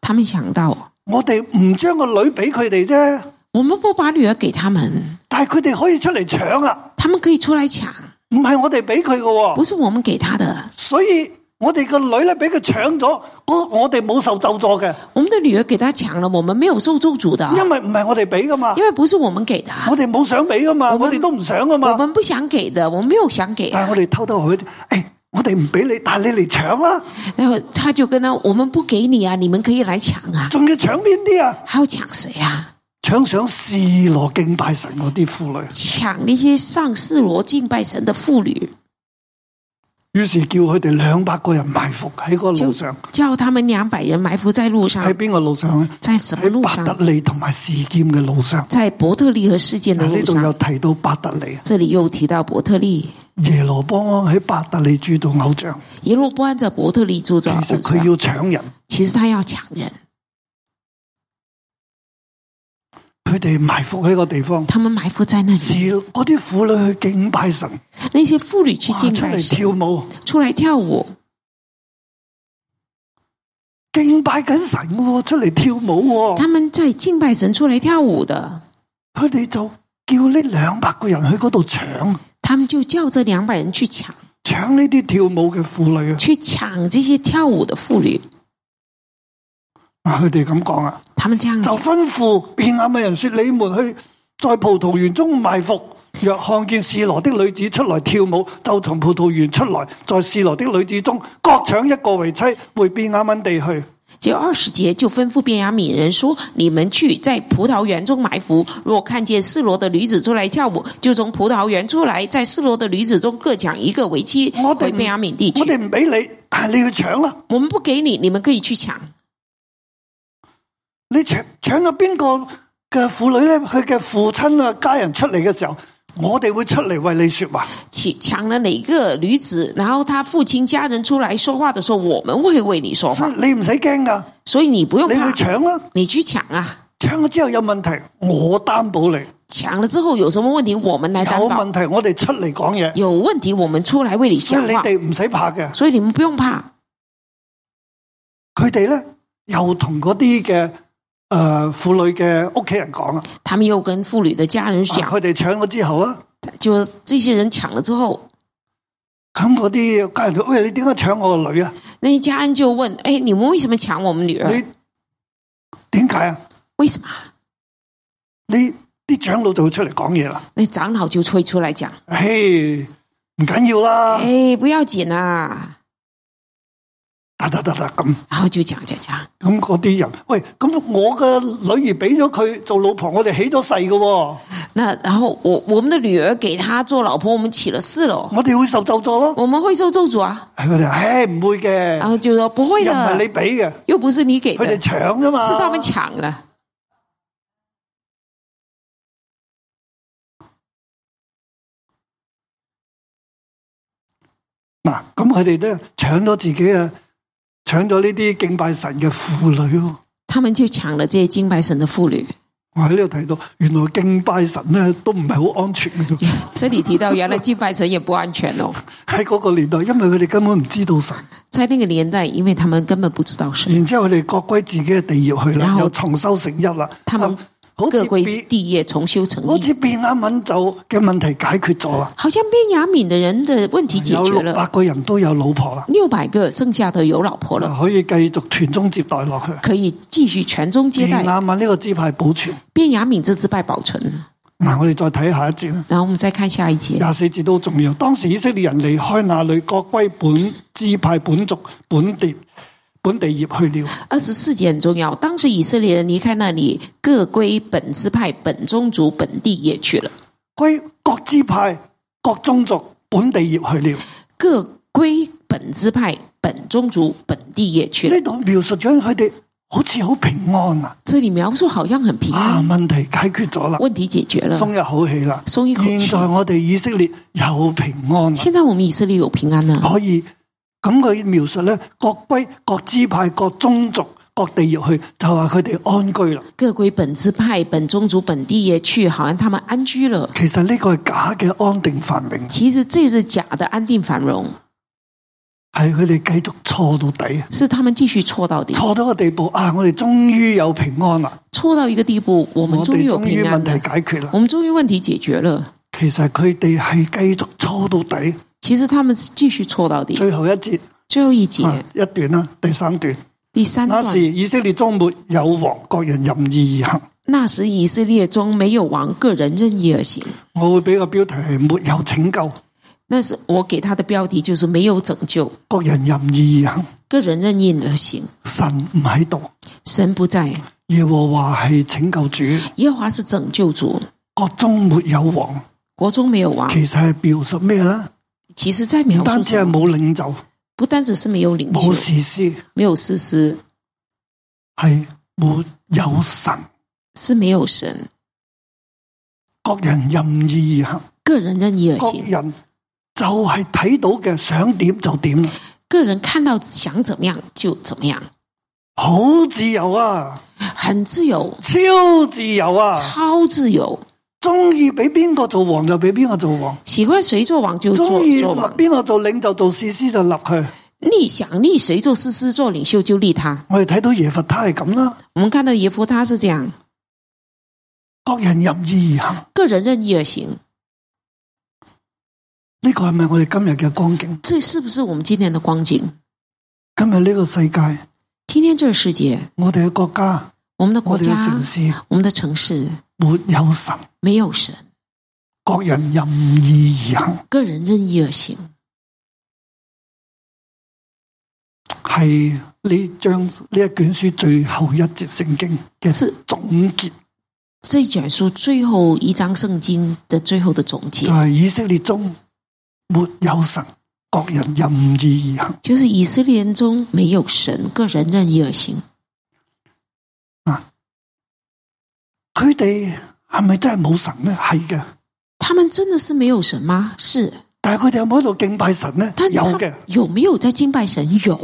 C: 他们想到
B: 我哋唔將個女俾佢哋啫，
C: 我们不把女儿给他们，
B: 但係佢哋可以出嚟搶啊！
C: 他们可以出来抢，
B: 唔係我哋俾佢嘅
C: 不
B: 喎，
C: 是我们给他的。
B: 所以我哋個女咧俾佢搶咗，我我哋冇受咒詛嘅，
C: 我们的女儿给他抢了，我们没有受咒诅的，
B: 因為唔係我哋俾噶嘛
C: 因，为不是我们给的，
B: 我哋冇想俾噶嘛，
C: 我
B: 我
C: 們
B: 哋都唔想噶
C: 我
B: 嘛。
C: 们不想给的，我们没有想给。
B: 但係我哋偷偷話佢哋，诶、我哋唔俾你，但係你嚟搶啦，
C: 然后他就跟他，我们不给你啊，你们可以来抢啊，
B: 仲要搶邊啲啊？
C: 还要抢谁啊？
B: 搶上示羅敬拜神嗰啲婦女，
C: 抢那些上示罗敬拜神的妇女，
B: 於是叫佢哋兩百個人埋伏喺個路上，
C: 叫他们两百人埋伏在路上
B: 喺，邊個路上咧？
C: 在什么
B: 喺
C: 路
B: 伯特
C: 上？
B: 利同埋事件嘅路上。
C: 在伯特利和事件的
B: 嗱，呢
C: 路
B: 度有
C: 上。
B: 提到伯特利。啊
C: 这里又提到伯特利，
B: 耶罗波安喺伯特利鑄造偶像，
C: 耶路伯安在
B: 哎
C: 伯特利住着
B: 其
C: 偶
B: 實佢
C: 像，
B: 要搶人，
C: 其实他要抢人。
B: 佢哋埋伏喺個地方，
C: 他们埋伏在那
B: 是
C: 里。
B: 嗰啲婦女去敬拜神，
C: 那些妇女去
B: 哇
C: 敬
B: 出
C: 拜
B: 嚟
C: 神，
B: 跳舞，
C: 出来跳舞，
B: 敬拜緊神喎，出嚟跳舞喎，
C: 他们在敬拜神，出来跳舞的。
B: 佢哋就叫呢兩百個人去嗰度搶
C: 他们就叫这两百人去抢，
B: 搶呢啲跳舞嘅婦女啊！
C: 去抢这些跳舞的妇女。
B: 嗱，佢哋咁講啊，
C: 他们这样
B: 就
C: 讲，
B: 吩咐便雅悯人說：你們去在葡萄園中埋伏。若看見示羅的女子出來跳舞，就從葡萄園出來，在示羅的女子中各搶一個為妻，回便雅悯地去。
C: 这二十节就吩咐便雅悯人说：“你们去在葡萄园中埋伏，若看见示罗的女子出来跳舞，就从葡萄园出来，在示罗的女子中各抢一个为妻，
B: 我哋
C: 回便雅悯地
B: 我
C: 去。
B: 哋唔俾你，但係你要搶啊啦。
C: 我们不给你，你们可以去抢。
B: 你搶搶咗邊個嘅婦女咧？佢嘅父親啊、家人出嚟嘅時候，我哋會出嚟為你说話。
C: 抢抢了哪个女子，然后她父亲家人出来说话的时候，我们会为你说
B: 所
C: 话
B: 以，你唔使驚噶，
C: 所以你不用
B: 你
C: 怕
B: 去，搶啦，
C: 你去抢啊！
B: 搶咗之後有問題，我擔保你。
C: 抢了之后有什么问题，我们来担
B: 有
C: 保。
B: 問題我哋出嚟講嘢，
C: 有问题，我们出来为你
B: 所以
C: 讲
B: 你
C: 话，
B: 哋唔使怕嘅。
C: 所以你们不用怕。
B: 佢哋咧又同嗰啲嘅诶妇女嘅屋企人講啊，
C: 他们又跟妇女的家人
B: 啊
C: 讲，
B: 佢哋搶咗之後啊，
C: 就这些人抢了之后，
B: 咁嗰啲家人就喂你點解搶我個女啊？
C: 那些家人就问：“哎，你们为什么抢我们女儿
B: 你？點解啊？
C: 为什么
B: 你啲長老就會出嚟講嘢啦。？”
C: 那长老就会出来讲
B: 啊嘿，唔緊要：“啦，
C: 哎，不要紧啊。
B: 得得得得咁。”
C: 然后就讲讲讲，
B: 咁嗰啲人，喂，咁我嘅女兒俾咗佢做老婆，我哋起咗誓嘅喎，我
C: 那然后我我们的女儿给他做老婆，我们起了誓了哦，
B: 哋會受咒咗咯。
C: 我们会受咒诅啊。
B: 佢哋，唉，唔會嘅
C: 然，后就说不会
B: 又唔係你
C: 的，
B: 俾嘅，
C: 又不是你给
B: 佢
C: 的，
B: 哋
C: 是
B: 搶啫嘛。
C: 他们抢的。
B: 嗱，咁佢哋咧搶咗自己嘅，搶咗呢啲敬拜神嘅婦女喎。
C: 他们就抢了这些金白神的妇女。
B: 我喺呢度睇到，原來敬拜神咧都唔係好安全嘅啫，
C: 这里提到，原来敬拜神也不安全哦。
B: 喺嗰個年代，因為佢哋根本唔知道神，
C: 在那个年代，因为他们根本不知道神，
B: 然之後佢哋各歸自己嘅地業去
C: 然
B: 啦，
C: 後
B: 又重修成邑啦。
C: 他們
B: 啊好
C: 各
B: 似
C: 归
B: 變
C: 地业，重修成
B: 好
C: 义
B: 似。變雅敏就嘅問題解決咗啦，
C: 好像便雅悯的人的问题解
B: 有
C: 决
B: 六百
C: 了，
B: 個人都有老婆啦，
C: 六百个剩下的有老婆了，
B: 可以繼續傳宗接代落去。
C: 可以继续传宗接
B: 便
C: 代。
B: 雅敏呢個支派保存。
C: 便雅悯这支派保存。
B: 嗱，我哋再睇下一節啦。
C: 然后我们再看下一节，
B: 廿四節都好重要。當時以色列人離開那裏，各歸本支派、本族、本地、本地業去了。
C: 二十四节很重要。当时以色列人离开那里，各归本支派、本宗族、本地业去了，
B: 歸各支派、各宗族、本地業去了。
C: 各归本支派、本宗族、本地业去了。
B: 呢度描述咗佢哋好似好平安啊！
C: 这里描述好像很平
B: 啊，
C: 安，
B: 問題解決咗啦，
C: 问题解决了。
B: 鬆一口氣啦。
C: 嗯鬆一口氣
B: 現在我哋以色列有平安啦，
C: 现在我们以色列有平安了，
B: 可以咁佢描述咧，各歸各支派、各宗族、各地業去，就話佢哋安居啦。
C: 各归本支派、本宗族、本地业去，好像他们安居了。
B: 其實呢個係假嘅安定繁榮。
C: 其实这是假的安定繁荣，
B: 系佢哋繼續錯到底，啊
C: 是他们继续错到底，
B: 錯到個地步啊！我哋終於有平安啦，
C: 错到一个地步，我们
B: 我
C: 终于
B: 哋
C: 有
B: 終於
C: 平
B: 問
C: 安
B: 題
C: 了，
B: 解決啦
C: 我。们终于问题解决了。
B: 其實佢哋係繼續錯到底，
C: 其实他们是继续错到底。
B: 最後一節、
C: 最后一节，
B: 啊一段啦，第三段。
C: 第三
B: 那
C: 段，
B: 時以色列中沒有王，各人任意而行。
C: 那时以色列中沒有王，个人任意而行。
B: 我會俾個標題係沒有拯救，
C: 那是我给他的标题，就是没有拯救，
B: 各人任意而行。
C: 个人任意而行，
B: 神唔喺度，
C: 神不在。
B: 耶和華係拯救主，
C: 耶和华是拯救主，
B: 國中沒有王。
C: 国中没有王。
B: 其實係描述咩呢？
C: 其实，在
B: 唔
C: 描
B: 單
C: 述
B: 止
C: 什
B: 係
C: 么？
B: 冇領袖，
C: 不单只是没有领袖
B: 冇，士師，
C: 没有事实，
B: 係沒有神。
C: 是没有神，
B: 各人任意而行，
C: 个人任意而
B: 各
C: 行，
B: 人就係睇到嘅，想點就點啦，
C: 个人看到想怎么样就怎么样，
B: 好自由啊！
C: 很自由，
B: 超自由啊！
C: 超自由，
B: 中意俾边个做王就俾边个做王，
C: 喜欢谁做王就做
B: 中意
C: 做
B: 立
C: 王，
B: 边个做领袖做士师就立佢。
C: 立想立谁做士师做领袖就立他。
B: 我哋睇到耶弗他系咁啦，
C: 我们看到耶夫他是这样，
B: 各人任意而行，
C: 个人任意而行，
B: 呢、個个系咪我哋今日嘅光景？
C: 这是不是我们今天的光景？
B: 今日呢个世界，
C: 今天这个世界，
B: 我哋嘅国家，
C: 我们的国
B: 我哋
C: 家
B: 嘅，城市
C: 我们的城市
B: 没有神，
C: 没有神，
B: 各人任意而行，
C: 个人任意而行，
B: 系呢张呢一卷书最后一节圣经嘅
C: 是
B: 总结，
C: 这一卷书最后一章圣经的最后的总结
B: 就，系、以色列中没有神，各人任意而行。
C: 就是以色列人中没有神，个人任意而行。
B: 佢哋系咪真系冇神呢？系嘅，
C: 他们真的是没有神吗？是，
B: 但系佢哋有冇喺度敬拜神呢？
C: 但
B: 有
C: 他
B: 嘅。
C: 有没有在敬拜神？有。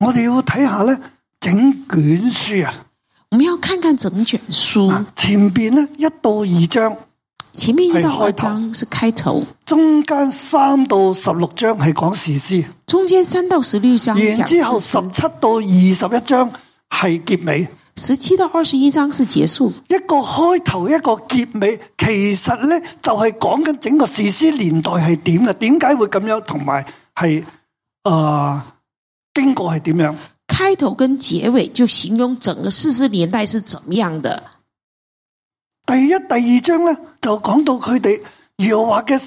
B: 我哋要睇下咧整卷书啊，
C: 我们要看看整卷书，
B: 啊前边咧一到二章，
C: 前面一到
B: 还有
C: 二
B: 开头
C: 章是开头，
B: 中间三到十六章系讲时事，
C: 中间三到十六章
B: 然
C: 讲
B: 之后
C: 事
B: 十
C: 实，
B: 七到二十一章系结尾，
C: 十七到二十一章是结束，
B: 一个开头一个结尾，其实咧就系讲紧整个时事年代系点嘅，点解会咁样，同埋系诶经过系点样。
C: 开头跟结尾就形容整个四十年代是怎么样的。
B: 第一、第二章咧就讲到佢哋耶和华嘅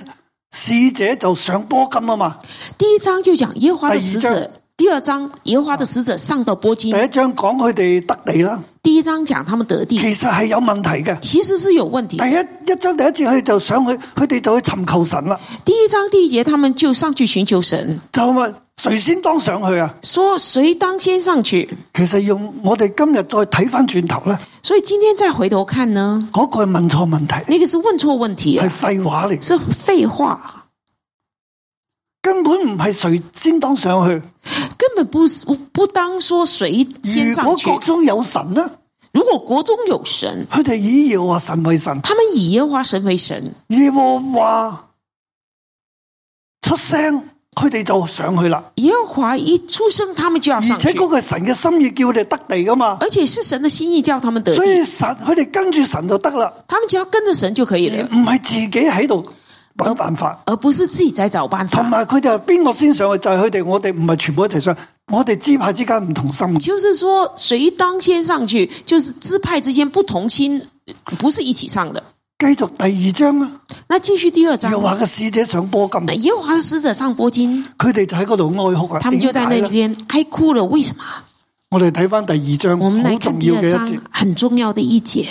B: 使者就上波金啊嘛。
C: 第一章就讲耶和华的
B: 第一
C: 使
B: 章哎
C: 者，第二章耶和华的使者上到波金
B: 第，一章讲佢哋得地啦，
C: 第一章讲他们得地，
B: 其实系有问题嘅。
C: 其实是有问题的
B: 第。一一章第一节佢哋就上去，佢哋就去寻求神啦，
C: 第一章第一节，他们就上去寻求神，
B: 就问谁先当上去啊？
C: 说谁当先上去。
B: 其实用我哋今日再睇翻转头咧，
C: 所以今天再回头看呢，
B: 嗰、個个系问错问题，
C: 那个是问错问题
B: 系
C: 了，
B: 废话嚟，
C: 是废话，
B: 根本唔系谁先当上去。
C: 根本不是不当说谁先
B: 如果
C: 上去
B: 国。中有神咧，
C: 如果国中有神，
B: 佢哋以耶和华神为神，
C: 他们以耶和华神为神，
B: 耶和华出声，佢哋就上去啦。
C: 耶和华一出生，他们就要
B: 而
C: 上
B: 且
C: 去，
B: 嗰个係神嘅心意叫佢哋得地噶嘛，
C: 而且是神的心意叫他们得
B: 所
C: 地，
B: 以神佢哋跟住神就得啦。
C: 他们只要跟着神就可以
B: 而
C: 了，
B: 唔係自己喺度揾辦法，
C: 而不是自己在找办
B: 同
C: 法。
B: 埋佢哋係邊個先上去就係佢哋，我哋唔係全部一齊上，我哋支派之間唔同心，
C: 就是说，谁当先上去，就是支派之间不同心，不是一起上的。
B: 繼續第二章啦，
C: 那继续第二章
B: 又，話啊個使者上波金，
C: 那耶和华的使者上波金，
B: 佢哋就喺嗰度哀哭啊。
C: 他们就
B: 點
C: 在
B: 解
C: 那
B: 咧？
C: 边哀哭了。为什么？
B: 我哋睇翻第二章
C: 我们来
B: 好
C: 看
B: 重
C: 第
B: 要嘅
C: 二
B: 一
C: 章
B: 節，
C: 很重要的一节。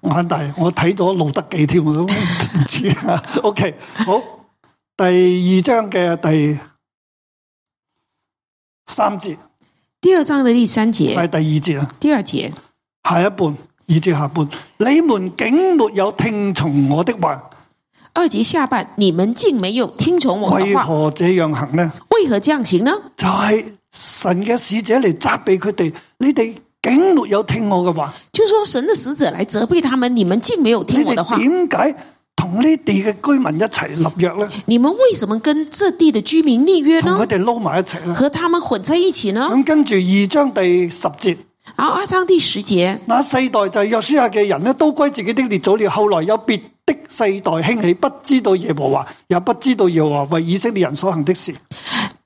B: 我眼大，我睇咗路德記添，我都啊唔知啊。OK，好，第二章嘅第三節，
C: 第二章的第三节，
B: 係第二節啊。
C: 第二节，
B: 下一半，以至下半，你们竟没有听从我的话，
C: 二节下半，你们竟没有听从我的
B: 为
C: 话，
B: 何这样行呢？
C: 为何这样行呢？
B: 就系、神嘅使者嚟责备佢哋，你哋竟没有听我嘅话，
C: 就说神的使者来责备他们，你们竟没有
B: 你
C: 听我的话，
B: 哋点解同呢地嘅居民一齐立约呢？
C: 你们为什么跟这地的居民立约
B: 同佢
C: 呢？
B: 哋捞埋一齐呢？
C: 和他们混在一起呢？
B: 咁跟住二章第十节，
C: 然后二章第十节，
B: 那世代就系约书亚嘅人呢，都归自己的列祖了。后来有别的世代兴起，不知道耶和华，也不知道耶和华为以色列人所行的事。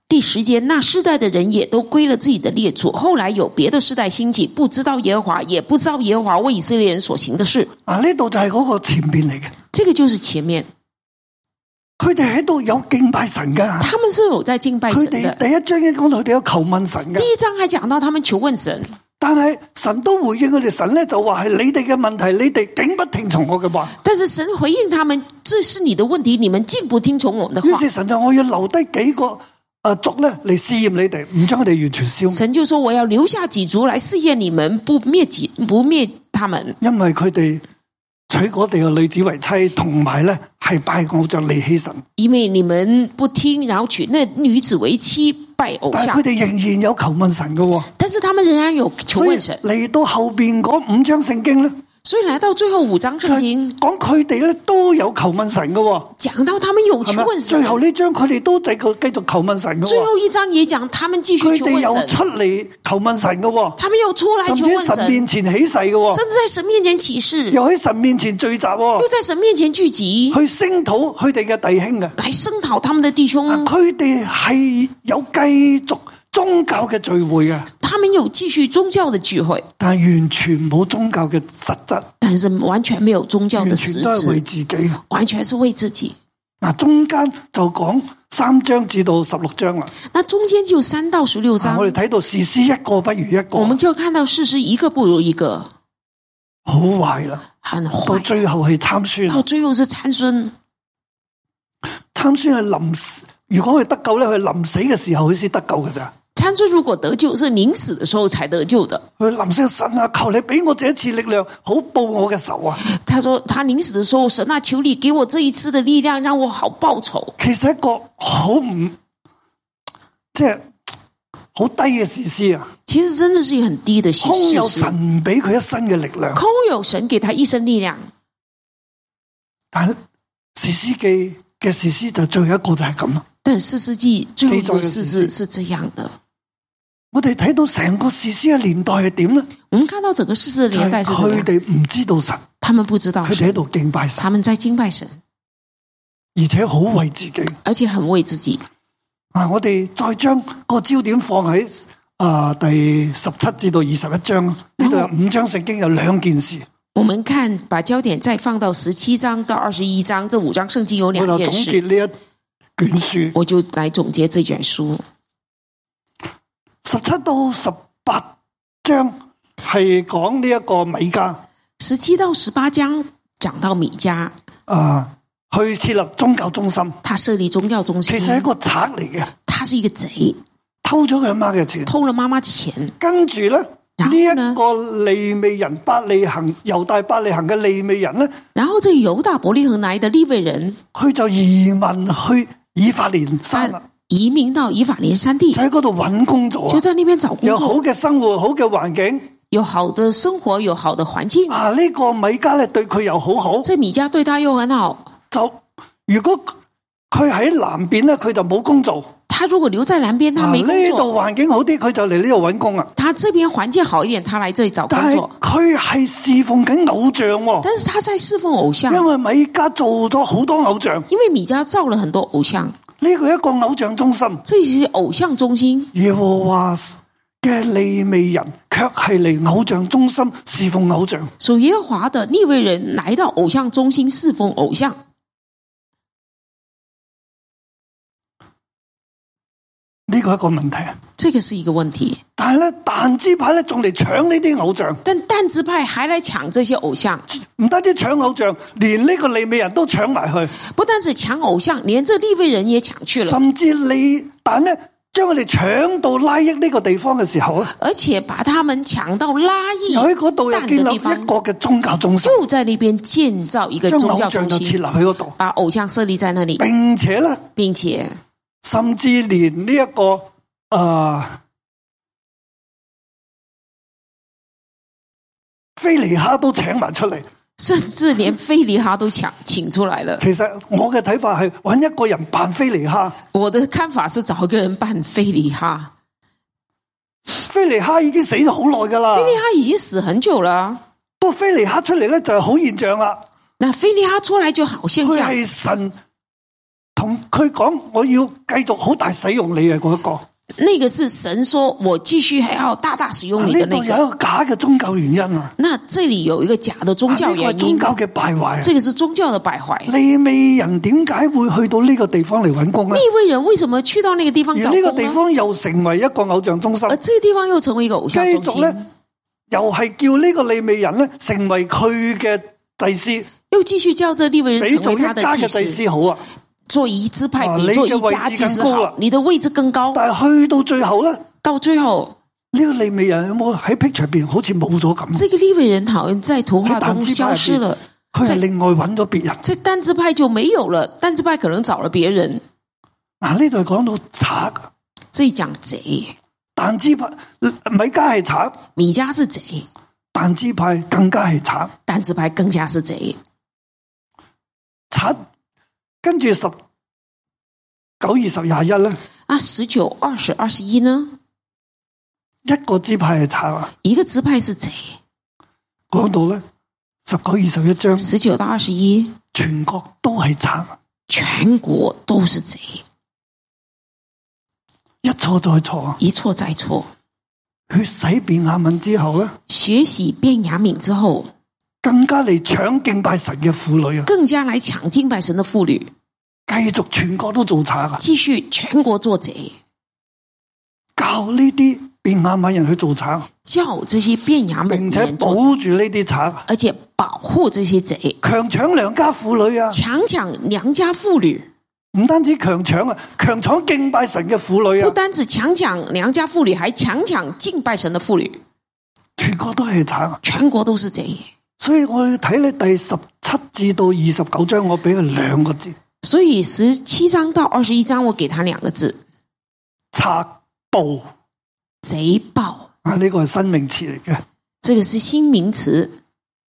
C: 第十节，那世代的人也都归了自己的列祖。后来有别的世代兴起，不知道耶和华，也不知道耶和华为以色列人所行的事。
B: 啊，呢度就系嗰个前面嚟嘅。
C: 这个就是前面，
B: 佢哋喺度有敬拜神噶，
C: 他们是有在敬拜
B: 佢
C: 神
B: 哋
C: 的。
B: 第一啊章已經講到佢哋有求問神
C: 第
B: 噶，
C: 一章还讲到他们求问神，
B: 但係神都回應佢哋，神咧就話係你哋嘅問題，你哋竟不聽從我嘅話。
C: 但是神回应他们：“这是你的问题，你们竟不听从我们的
B: 於
C: 话。
B: 是神就我要留低幾個啊族咧嚟試驗你哋，唔將佢哋完全消”滅，
C: 神就说：“我要留下几族来试验你们，不灭几不灭他们，
B: 因為佢哋娶嗰地嘅女子為妻，同埋咧係拜偶像離棄神。
C: 因为你们不听，然后娶那女子为妻，拜偶
B: 但係
C: 像
B: 佢。哋仍然有求問神嘅喎，
C: 但是他们仍然有求
B: 所以
C: 问神，
B: 嚟到後边嗰五章聖經咧，
C: 所以来到最后五章
B: 就
C: 圣
B: 係
C: 经
B: 講佢哋咧都有求問神嘅喎，
C: 讲到他们有
B: 係
C: 求
B: 咪？
C: 问神
B: 最，後呢章佢哋都繼續繼續求問神嘅
C: 最
B: 喎，
C: 后一章也讲他们继续
B: 佢
C: 求
B: 哋
C: 问
B: 又
C: 神，
B: 出嚟求問神嘅喎，
C: 他们又出来
B: 甚
C: 求
B: 至喺
C: 问神，
B: 神面前起誓嘅喎，
C: 甚至在神面前起誓，
B: 又喺神面前聚集喎
C: 又，在神面前聚集，
B: 去聲討佢哋嘅弟兄嘅。
C: 来声讨他们的弟兄
B: 啊，佢哋係有繼續宗教嘅聚會嘅，
C: 他们有继续宗教的聚会，
B: 但係完全冇宗教嘅實質，
C: 但是完全没有宗教
B: 完
C: 的实
B: 全都係為
C: 质，
B: 自己。
C: 完全是为自己。
B: 嗱，中間就講三章至到十六章啦。
C: 那中间就三到十六
B: 啊
C: 章
B: 我，哋睇到事師一個不如一
C: 我们
B: 個，
C: 就看到事实一个不如一个，
B: 好壞啦。
C: 很
B: 到
C: 坏，
B: 最後係參孫
C: 到，最后是参孙。
B: 參孫係臨死，如果佢得救咧，佢臨死嘅時候佢先得救嘅咋。
C: 参孙如果得救，是临死的时候才得救的。
B: 佢臨死神啊，求你俾我這一次力量，好報我嘅仇啊！
C: 他说他临死的时候，神啊，求你给我这一次的力量，让我好报仇。
B: 其實一個好唔即係好低嘅事師啊。
C: 其实真的是一个很低的事
B: 空有
C: 事实
B: 神俾佢一身嘅力量，
C: 空有神给他一身力量。
B: 但士师记嘅士师就最後一個就係咁啦。
C: 但四世纪最后一个
B: 记载的
C: 事
B: 事
C: 是
B: 实
C: 是这样的，
B: 我哋睇到成個士師嘅年代係點呢？
C: 我们看到整个世事
B: 就
C: 的年代是
B: 係
C: 怎么
B: 佢
C: 样？
B: 哋唔知道神，
C: 他们不知道
B: 佢哋喺
C: 神，
B: 度敬拜神，
C: 他们在敬拜神，嗯
B: 而且好為自己。
C: 而且很为自己。
B: 啊，我哋再將個焦點放喺啊第十七至到二十一章，呢度有五章聖經有兩件事，
C: 我们看，把焦点再放到十七章到二十一章这五章圣经有
B: 我
C: 两
B: 就
C: 件
B: 總
C: 事，
B: 結呢一卷書。
C: 我就来总结这卷书。
B: 十七到十八章係講呢一個米迦。
C: 十七到十八章讲到米迦，
B: 啊，去設立宗教中心，
C: 他设立宗教中
B: 其
C: 心，
B: 實係一個賊嚟嘅，
C: 他是一个贼，
B: 偷咗佢阿媽嘅錢，
C: 偷了妈妈的钱。
B: 跟住咧
C: 然
B: 呢
C: 後呢
B: 一、個利未人伯利恒猶大伯利恒嘅利未人咧，
C: 然后这犹大伯利恒来的利未人，
B: 佢就移民去以法蓮山啦，
C: 移民到以法莲山地
B: 就，喺嗰度揾工作啊
C: 就，在那边找工
B: 有好
C: 作，
B: 嘅生活，好嘅環境。
C: 有好的生活，有好的环境。
B: 啊，呢、個米迦咧對佢又好好，
C: 这米迦对他又很好。
B: 就如果佢喺南邊咧，佢就冇工做。
C: 他如果留在南边，他
B: 啊，
C: 没
B: 呢
C: 工作；
B: 度環境好啲，佢就嚟呢度揾工啊。
C: 他这边环境好一点，他来这里找工
B: 但係
C: 作。
B: 佢係侍奉緊偶像喎、
C: 但是他在侍奉偶像，
B: 因为米迦做咗好多偶像，呢
C: 因为米迦造了很多偶像，
B: 个一个偶像中心，
C: 这些偶像中心，
B: 耶和华嘅利未人却系嚟偶像中心侍奉偶像。
C: 属耶和华的利未人来到偶像中心侍奉偶像。
B: 呢个一个问题啊！
C: 这个是一个问题。
B: 但系咧，但支派咧仲嚟抢呢啲偶像，
C: 但但支派还来抢这些偶像，
B: 唔单止抢偶像，连呢个利未人都抢埋去，
C: 不但只抢偶像，连这利未人也抢去了，
B: 甚至利但咧将佢哋抢到拉益呢个地方嘅时候咧，
C: 而且把他们抢到拉伊
B: 又喺嗰度又
C: 但
B: 建
C: 的
B: 立
C: 地
B: 一个
C: 方，
B: 嘅宗教中心，
C: 又在那边建造一个
B: 将
C: 宗
B: 偶
C: 教
B: 像
C: 中
B: 就哎设
C: 心
B: 立，喺嗰度，
C: 把偶像设立在那里，
B: 并且咧。
C: 并且
B: 甚至連呢、一個呃菲尼哈都請埋出嚟。
C: 甚至连菲利哈都抢请出来了。
B: 其實我嘅睇法係揾一個人扮菲尼哈，
C: 我的看法是找一个人扮菲利哈，
B: 菲尼哈已經死咗好耐㗎啦
C: 菲。利哈已经死很久了。
B: 不過菲尼哈出嚟咧就係好現象啦，
C: 那菲利哈出来就好现
B: 佢
C: 象，
B: 係神同佢講，我要繼續好大使用你嘅嗰一個。
C: 那个是神说，我继续还要大大使用你
B: 呢
C: 的
B: 度
C: 那
B: 有
C: 个。
B: 一個假嘅宗教原因啊，
C: 那这里有一个假的宗
B: 呢個
C: 教
B: 係
C: 原
B: 啊宗
C: 因，
B: 教嘅敗壞啊。
C: 这个是宗教的败坏。
B: 利未人點解會去到呢個地方嚟揾工咧？
C: 那位人为什么去到那个地方
B: 而
C: 找
B: 呢個
C: 工
B: 地
C: 呢？
B: 方又成為一個偶像中心
C: 而，这个地方又成为一个偶
B: 繼
C: 像中心，
B: 續咧又係叫呢個利未人咧成為佢嘅祭司，
C: 又继续叫这利未
B: 比
C: 人成
B: 做
C: 为
B: 一家
C: 他的
B: 嘅
C: 祭
B: 祭
C: 司，
B: 司好啊！
C: 做一支派
B: 啊
C: 比
B: 你
C: 做
B: 嘅
C: 一
B: 位
C: 家
B: 置
C: 祭司
B: 更高
C: 好
B: 了，
C: 你的位置更高。
B: 但係去到最後咧，呢、
C: 到最后，
B: 呢個利未人有冇喺 picture 入邊好似冇咗咁？
C: 这个利未人好像在图画
B: 喺但
C: 中
B: 支派
C: 消
B: 入
C: 失
B: 邊
C: 了，
B: 佢係
C: 即係
B: 另外揾咗別人。
C: 这单支派就没有了，单支派可能找了别人。
B: 嗱，呢度係講到賊，
C: 这里讲贼，
B: 但支派米加係賊，
C: 米迦是贼，
B: 但支派更加係賊。
C: 单支派更加是贼。
B: 賊跟住十九二十廿一咧，
C: 啊，十九、二十、二十一呢？
B: 一個支派係賊啊。
C: 一个支派是贼，
B: 講到咧十九二十一章，
C: 十九到二十一，
B: 全國都係賊，啊
C: 全国都是贼，
B: 一錯再錯，啊
C: 一错再错。
B: 血洗便雅敏之後咧，
C: 学习变雅敏之后，
B: 更加嚟搶敬拜神嘅婦女啊！
C: 更加来抢敬拜神的妇女，
B: 繼續全國都做賊啊！
C: 继续全国做贼，
B: 教呢啲便雅敏人去做賊，
C: 叫这些变雅敏
B: 並
C: 的
B: 且
C: 人
B: 保
C: 做贼，
B: 住呢啲賊，啊
C: 而且保护这些贼，
B: 強搶良家婦女啊！
C: 强抢良家妇女。
B: 唔單止強搶啊，強搶敬拜神嘅婦女
C: 不
B: 啊！
C: 单只强抢良家妇女，还强抢敬拜神的妇女，
B: 全國都係賊啊！
C: 全国都是贼。
B: 所以我要睇你第十七至到二十九章，我俾佢兩個字：
C: 所以十七章到二十一章，我给他两个字：
B: 賊暴
C: 贼报。
B: 啊！呢個係新名詞嚟嘅。
C: 这个是新名词。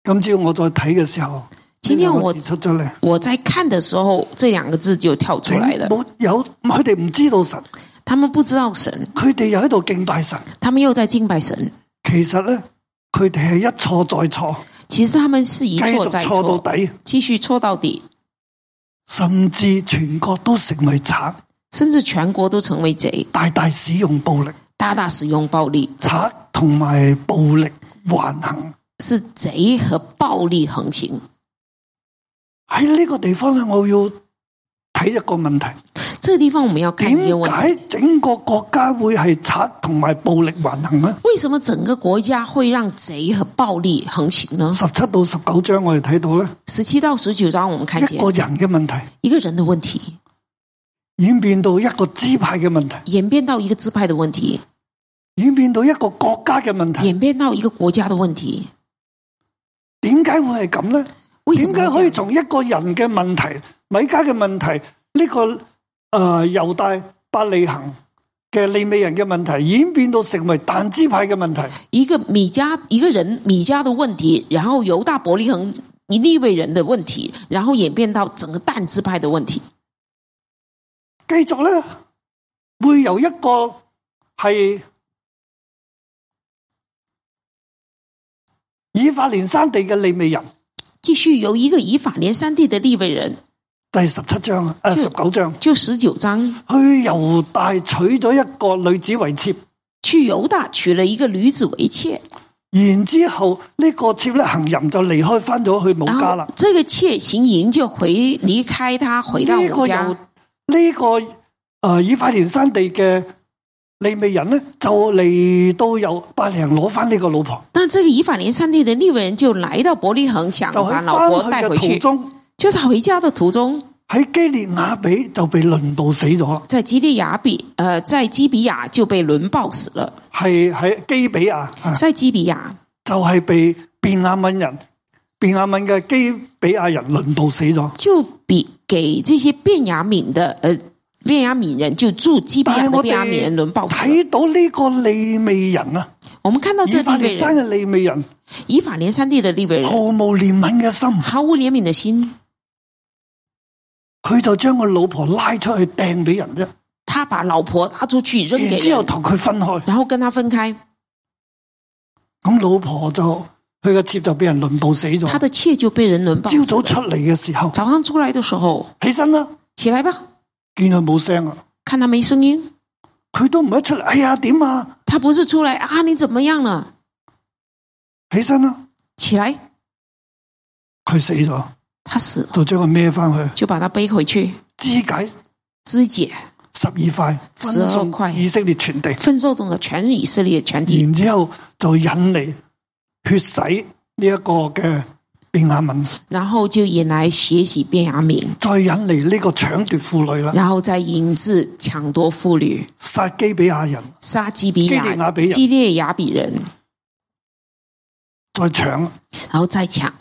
C: 今
B: 今朝我再睇嘅時候，
C: 今天我
B: 呢兩個字出咗嚟，
C: 我在看的时候，这两个字就跳出来了。
B: 冇有佢哋唔知道神，
C: 他们不知道神，
B: 佢哋又喺度敬拜神。
C: 他们又在敬拜神。
B: 其實咧，佢哋係一錯再錯，
C: 其实他们是一
B: 繼
C: 错
B: 續
C: 再
B: 錯
C: 错，
B: 到底，
C: 继续错到底，
B: 甚至全國都成為賊，
C: 甚至全国都成为贼，
B: 大大使用暴力，
C: 大大使用暴力，
B: 賊同埋暴力橫行。
C: 是贼和暴力横行。
B: 喺呢個地方咧，我要睇一個問題：
C: 这个地方我们要看
B: 點
C: 一个问题：
B: 解整個國家會係賊同埋暴力橫行咧？
C: 为什么整个国家会让贼和暴力横行呢？
B: 十七到十九章我哋睇到咧，
C: 十七到十九章我们看
B: 一
C: 见
B: 個人嘅問題
C: 一个人的问题
B: 演變到一個支派嘅問題，
C: 演变到一个支派的问题，
B: 演變到一個國家嘅問題。
C: 演变到一個國家的問題，
B: 點解會係咁咧？
C: 為什
B: 點
C: 麼
B: 解
C: 會這
B: 可以
C: 樣？
B: 從一個人嘅問題、米家嘅問題、呢、個个诶犹、大伯利恒嘅利美人嘅問題，演變到成為但支派嘅問題？
C: 一個米迦一個人米迦的問題，然後猶大伯利恒以利未人的問題，然後演變到整個但支派的問題，
B: 繼續咧，會由一個係以法連山地嘅利美人，
C: 繼續由一個以法蓮山地的利未人，
B: 第十七章啊，
C: 嗯
B: 诶十九章，
C: 就十九章
B: 去猶大娶咗一個女子為妾。
C: 去猶大娶了一個女子為妾，
B: 然之後呢、個妾咧行淫就離開翻咗去母
C: 然
B: 家啦
C: 後。這個妾行淫就回離開他回到
B: 呢
C: 我
B: 個由
C: 家
B: 呢、。個诶、呃以法蓮山地嘅利未人咧，就嚟到由伯利恒攞翻呢個老婆，
C: 那這個以法蓮山地的利未人就來到伯利恒，想
B: 就喺
C: 把啊老婆
B: 翻
C: 帶
B: 去
C: 回
B: 嘅途
C: 去。
B: 中，
C: 就是他回家的途中，
B: 喺基列雅比就被輪到死咗啦，
C: 在基利亚比，呃，在基比亚就被轮暴死了。
B: 係喺基比亞，啊
C: 在基比亚，
B: 就係被便雅敏人、便雅敏嘅基比亞人輪到死咗。
C: 就比给这些便雅敏的，呃，便雅敏人就住基比
B: 但
C: 亚
B: 係
C: 的
B: 我
C: 便雅敏人轮
B: 哋
C: 暴死了。
B: 睇到呢個利未人啊，
C: 我们看到
B: 以
C: 这
B: 法
C: 哦利
B: 蓮
C: 未
B: 山
C: 人，
B: 嘅利未人
C: 以法莲山地的利未
B: 毫
C: 人，
B: 無憐憫嘅心。
C: 毫无怜悯的心，
B: 佢就將個老婆拉出去掟俾人啫，
C: 他把老婆拉出去扔给
B: 然之後
C: 人，
B: 同佢分開，
C: 然后跟他分开，
B: 咁老婆就佢個妾就俾人輪暴死咗。
C: 他的妾就被人轮暴
B: 哦朝
C: 死
B: 早
C: 了。
B: 出嚟嘅時候，
C: 早上出来的时候，
B: 起身啦，
C: 起来吧，
B: 見佢冇聲啊，
C: 看他没声音，
B: 佢都唔一出嚟，哎呀點啊，
C: 他不是出来啊，你怎么样了？
B: 起身啦，
C: 起来，
B: 佢死咗，
C: 他死了，
B: 就將佢孭翻去
C: 就把他背回去。
B: 肢解
C: 肢解
B: 十二塊，分
C: 12
B: 送
C: 塊
B: 以色列全地，
C: 分受中的全以色列全地，
B: 然之後就引嚟血洗呢一個嘅便雅憫，
C: 然后就引来血洗便雅敏，
B: 再引嚟呢個搶奪婦女啦，
C: 然后再引致抢夺妇女，
B: 殺基比亞人，
C: 杀基比
B: 基列雅
C: 亚
B: 比人
C: 基列雅比人，
B: 再搶。
C: 然后再抢，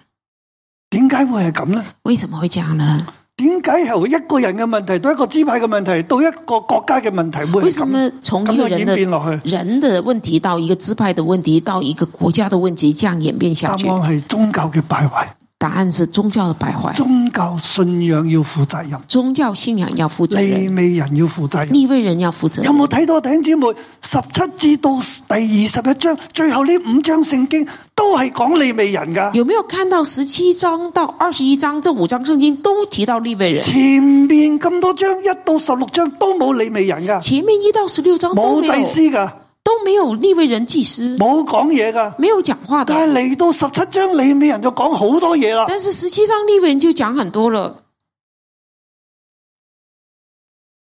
B: 点解会系咁呢？
C: 为什么会这样呢？
B: 点解由一个人嘅问题到一个支派嘅问题，到一个国家嘅问题会
C: 为
B: 系
C: 什么
B: 咁？
C: 从
B: 咁
C: 一个
B: 样
C: 人
B: 演变落
C: 的
B: 去，
C: 人的问题到一个支派的问题，到一个国家的问题，这样演变
B: 答
C: 下去？
B: 案系宗教嘅败坏，
C: 答案是宗教的败坏，
B: 宗教信仰要负责任，
C: 宗教信仰要负责
B: 利
C: 任，
B: 未人要负责任。
C: 立位人要负责
B: 有
C: 任。
B: 冇睇到弟兄姊妹十七至到第二十一章，最后呢五章圣经都系讲利未人噶。
C: 有没有看到十七章到二十一章这五章圣经都提到立位人？
B: 前面咁多章一到十六章都冇利未人噶，
C: 前面一到十六章都
B: 冇
C: 没有
B: 祭司噶，
C: 都没有立位人祭司，
B: 冇讲嘢噶。
C: 没有讲话的。
B: 但系嚟到十七章，利未人就讲好多嘢啦。
C: 但是十七章立位人就讲很多了，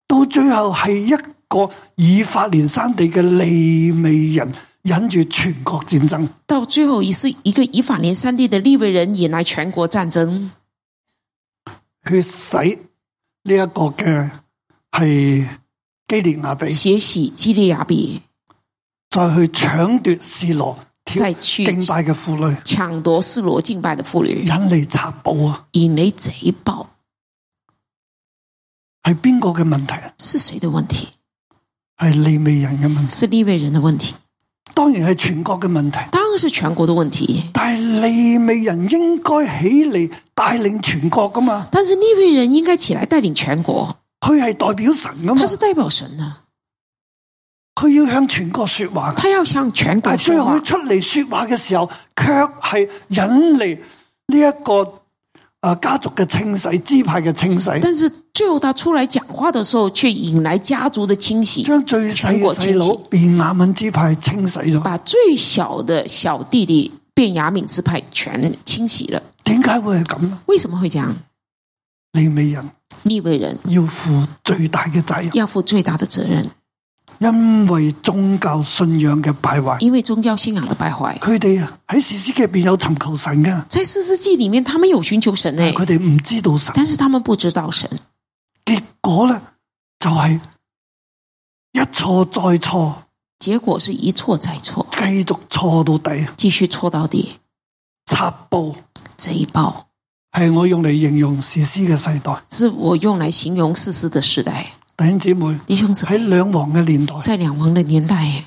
B: 到最后系一个以法莲山地嘅利未人引住全国战争。
C: 到最后一是一个以法莲三地的立位人引来全国战争，
B: 血洗呢一个嘅系基列亚比，
C: 血洗基利亚比，
B: 再去抢夺示罗跳
C: 再去
B: 敬拜嘅妇女，
C: 抢夺示罗敬拜的妇女
B: 引，嚟贼宝啊！
C: 引来贼报，
B: 系边个嘅问题？啊
C: 是谁的问题？
B: 系利未人嘅问题，
C: 是立位人的问题，
B: 当然系全国嘅问题。
C: 当然是全国的问题。
B: 但系利未人应该起嚟带领全国噶嘛？
C: 但是立位人应该起来带领全国，
B: 佢系代表神噶嘛
C: 他？是代表神的，
B: 佢要向全国说话㗎。
C: 他要向全国
B: 但系哎最
C: 说
B: 后
C: 话
B: 佢。出嚟说话嘅时候，却系引嚟呢一个诶、呃家族嘅清洗、支派嘅清洗，
C: 但是最后他出来讲话的时候，却引来家族的清洗，
B: 将最细
C: 全
B: 嘅
C: 国
B: 细
C: 清
B: 佬
C: 洗，
B: 便雅悯支派清洗咗。
C: 把最小的小弟弟便雅敏支派全清洗了。
B: 点解会系咁啊呢？
C: 为什么会这样？
B: 利未人
C: 利未人
B: 要负最大嘅责任，
C: 要负最大的责任，
B: 因为宗教信仰嘅败坏，
C: 因为宗教信仰的败坏。
B: 佢哋喺史诗嘅入边有寻求神噶，
C: 在四世纪里面，他们有寻求神诶
B: 佢，哋唔知道神，
C: 但是他们不知道神，
B: 结果咧就系、一错再错，
C: 结果是一错再错，
B: 继续错到底，
C: 继续错到底，
B: 插布。
C: 贼报。
B: 系我用嚟形容史诗嘅世代。
C: 是我用来形容世事的时代，
B: 弟兄姊妹
C: 弟兄姊
B: 喺
C: 妹，
B: 两王嘅年代，
C: 在两王的年代，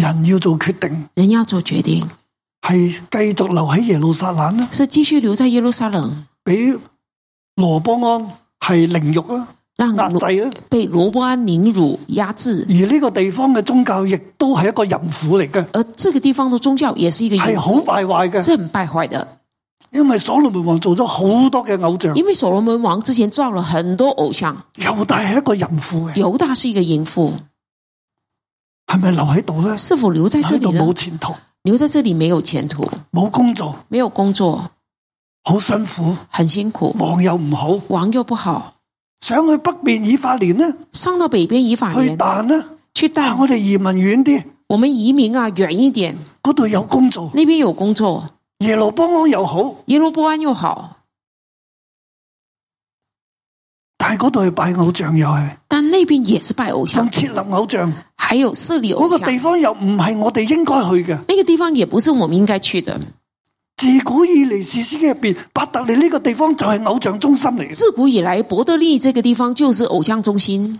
B: 人要做决定，
C: 人要做决定，
B: 系继续留喺耶路撒冷啦，
C: 是继续留在耶路撒冷，
B: 俾罗波安系凌辱啦、
C: 让
B: 压制啦。
C: 被罗伯安凌辱压制，
B: 而呢个地方嘅宗教亦都系一个淫妇嚟嘅，
C: 而这个地方的宗教也是一个
B: 系
C: 淫
B: 好败坏
C: 是
B: 嘅。
C: 很败坏的，
B: 因为所罗门王做咗好多嘅偶像，
C: 因为所罗门王之前造了很多偶像，
B: 犹大系一个淫妇嘅，
C: 犹大是一个淫妇，
B: 系咪留喺度咧？
C: 是否留在
B: 留
C: 这
B: 喺
C: 里
B: 度
C: 呢
B: 冇？前途，
C: 留在这里没有前途，
B: 冇工作，
C: 没有工作，
B: 好辛苦，
C: 很辛苦，
B: 王又唔好，
C: 王又不好，
B: 想去北面以法莲呢，
C: 上到北边以法
B: 去
C: 莲
B: 但呢。
C: 去
B: 啊！
C: 但，
B: 我哋移民遠啲，
C: 我们移民啊远一点，
B: 嗰度有工做，
C: 那边有工作，
B: 耶路波安又好，
C: 耶罗波安又好，
B: 但係嗰度係拜偶像又係，
C: 但那边也是拜偶像，
B: 仲設立偶像，
C: 还有设立
B: 嗰、
C: 偶
B: 個
C: 像
B: 地。方又唔係我哋應該去嘅。
C: 那个地方也不是我们应该去的。
B: 自古以嚟，史詩嘅入边，伯特利呢個地方就係偶像中心嚟嘅。
C: 自古以来，伯特利这个地方就是偶像中心，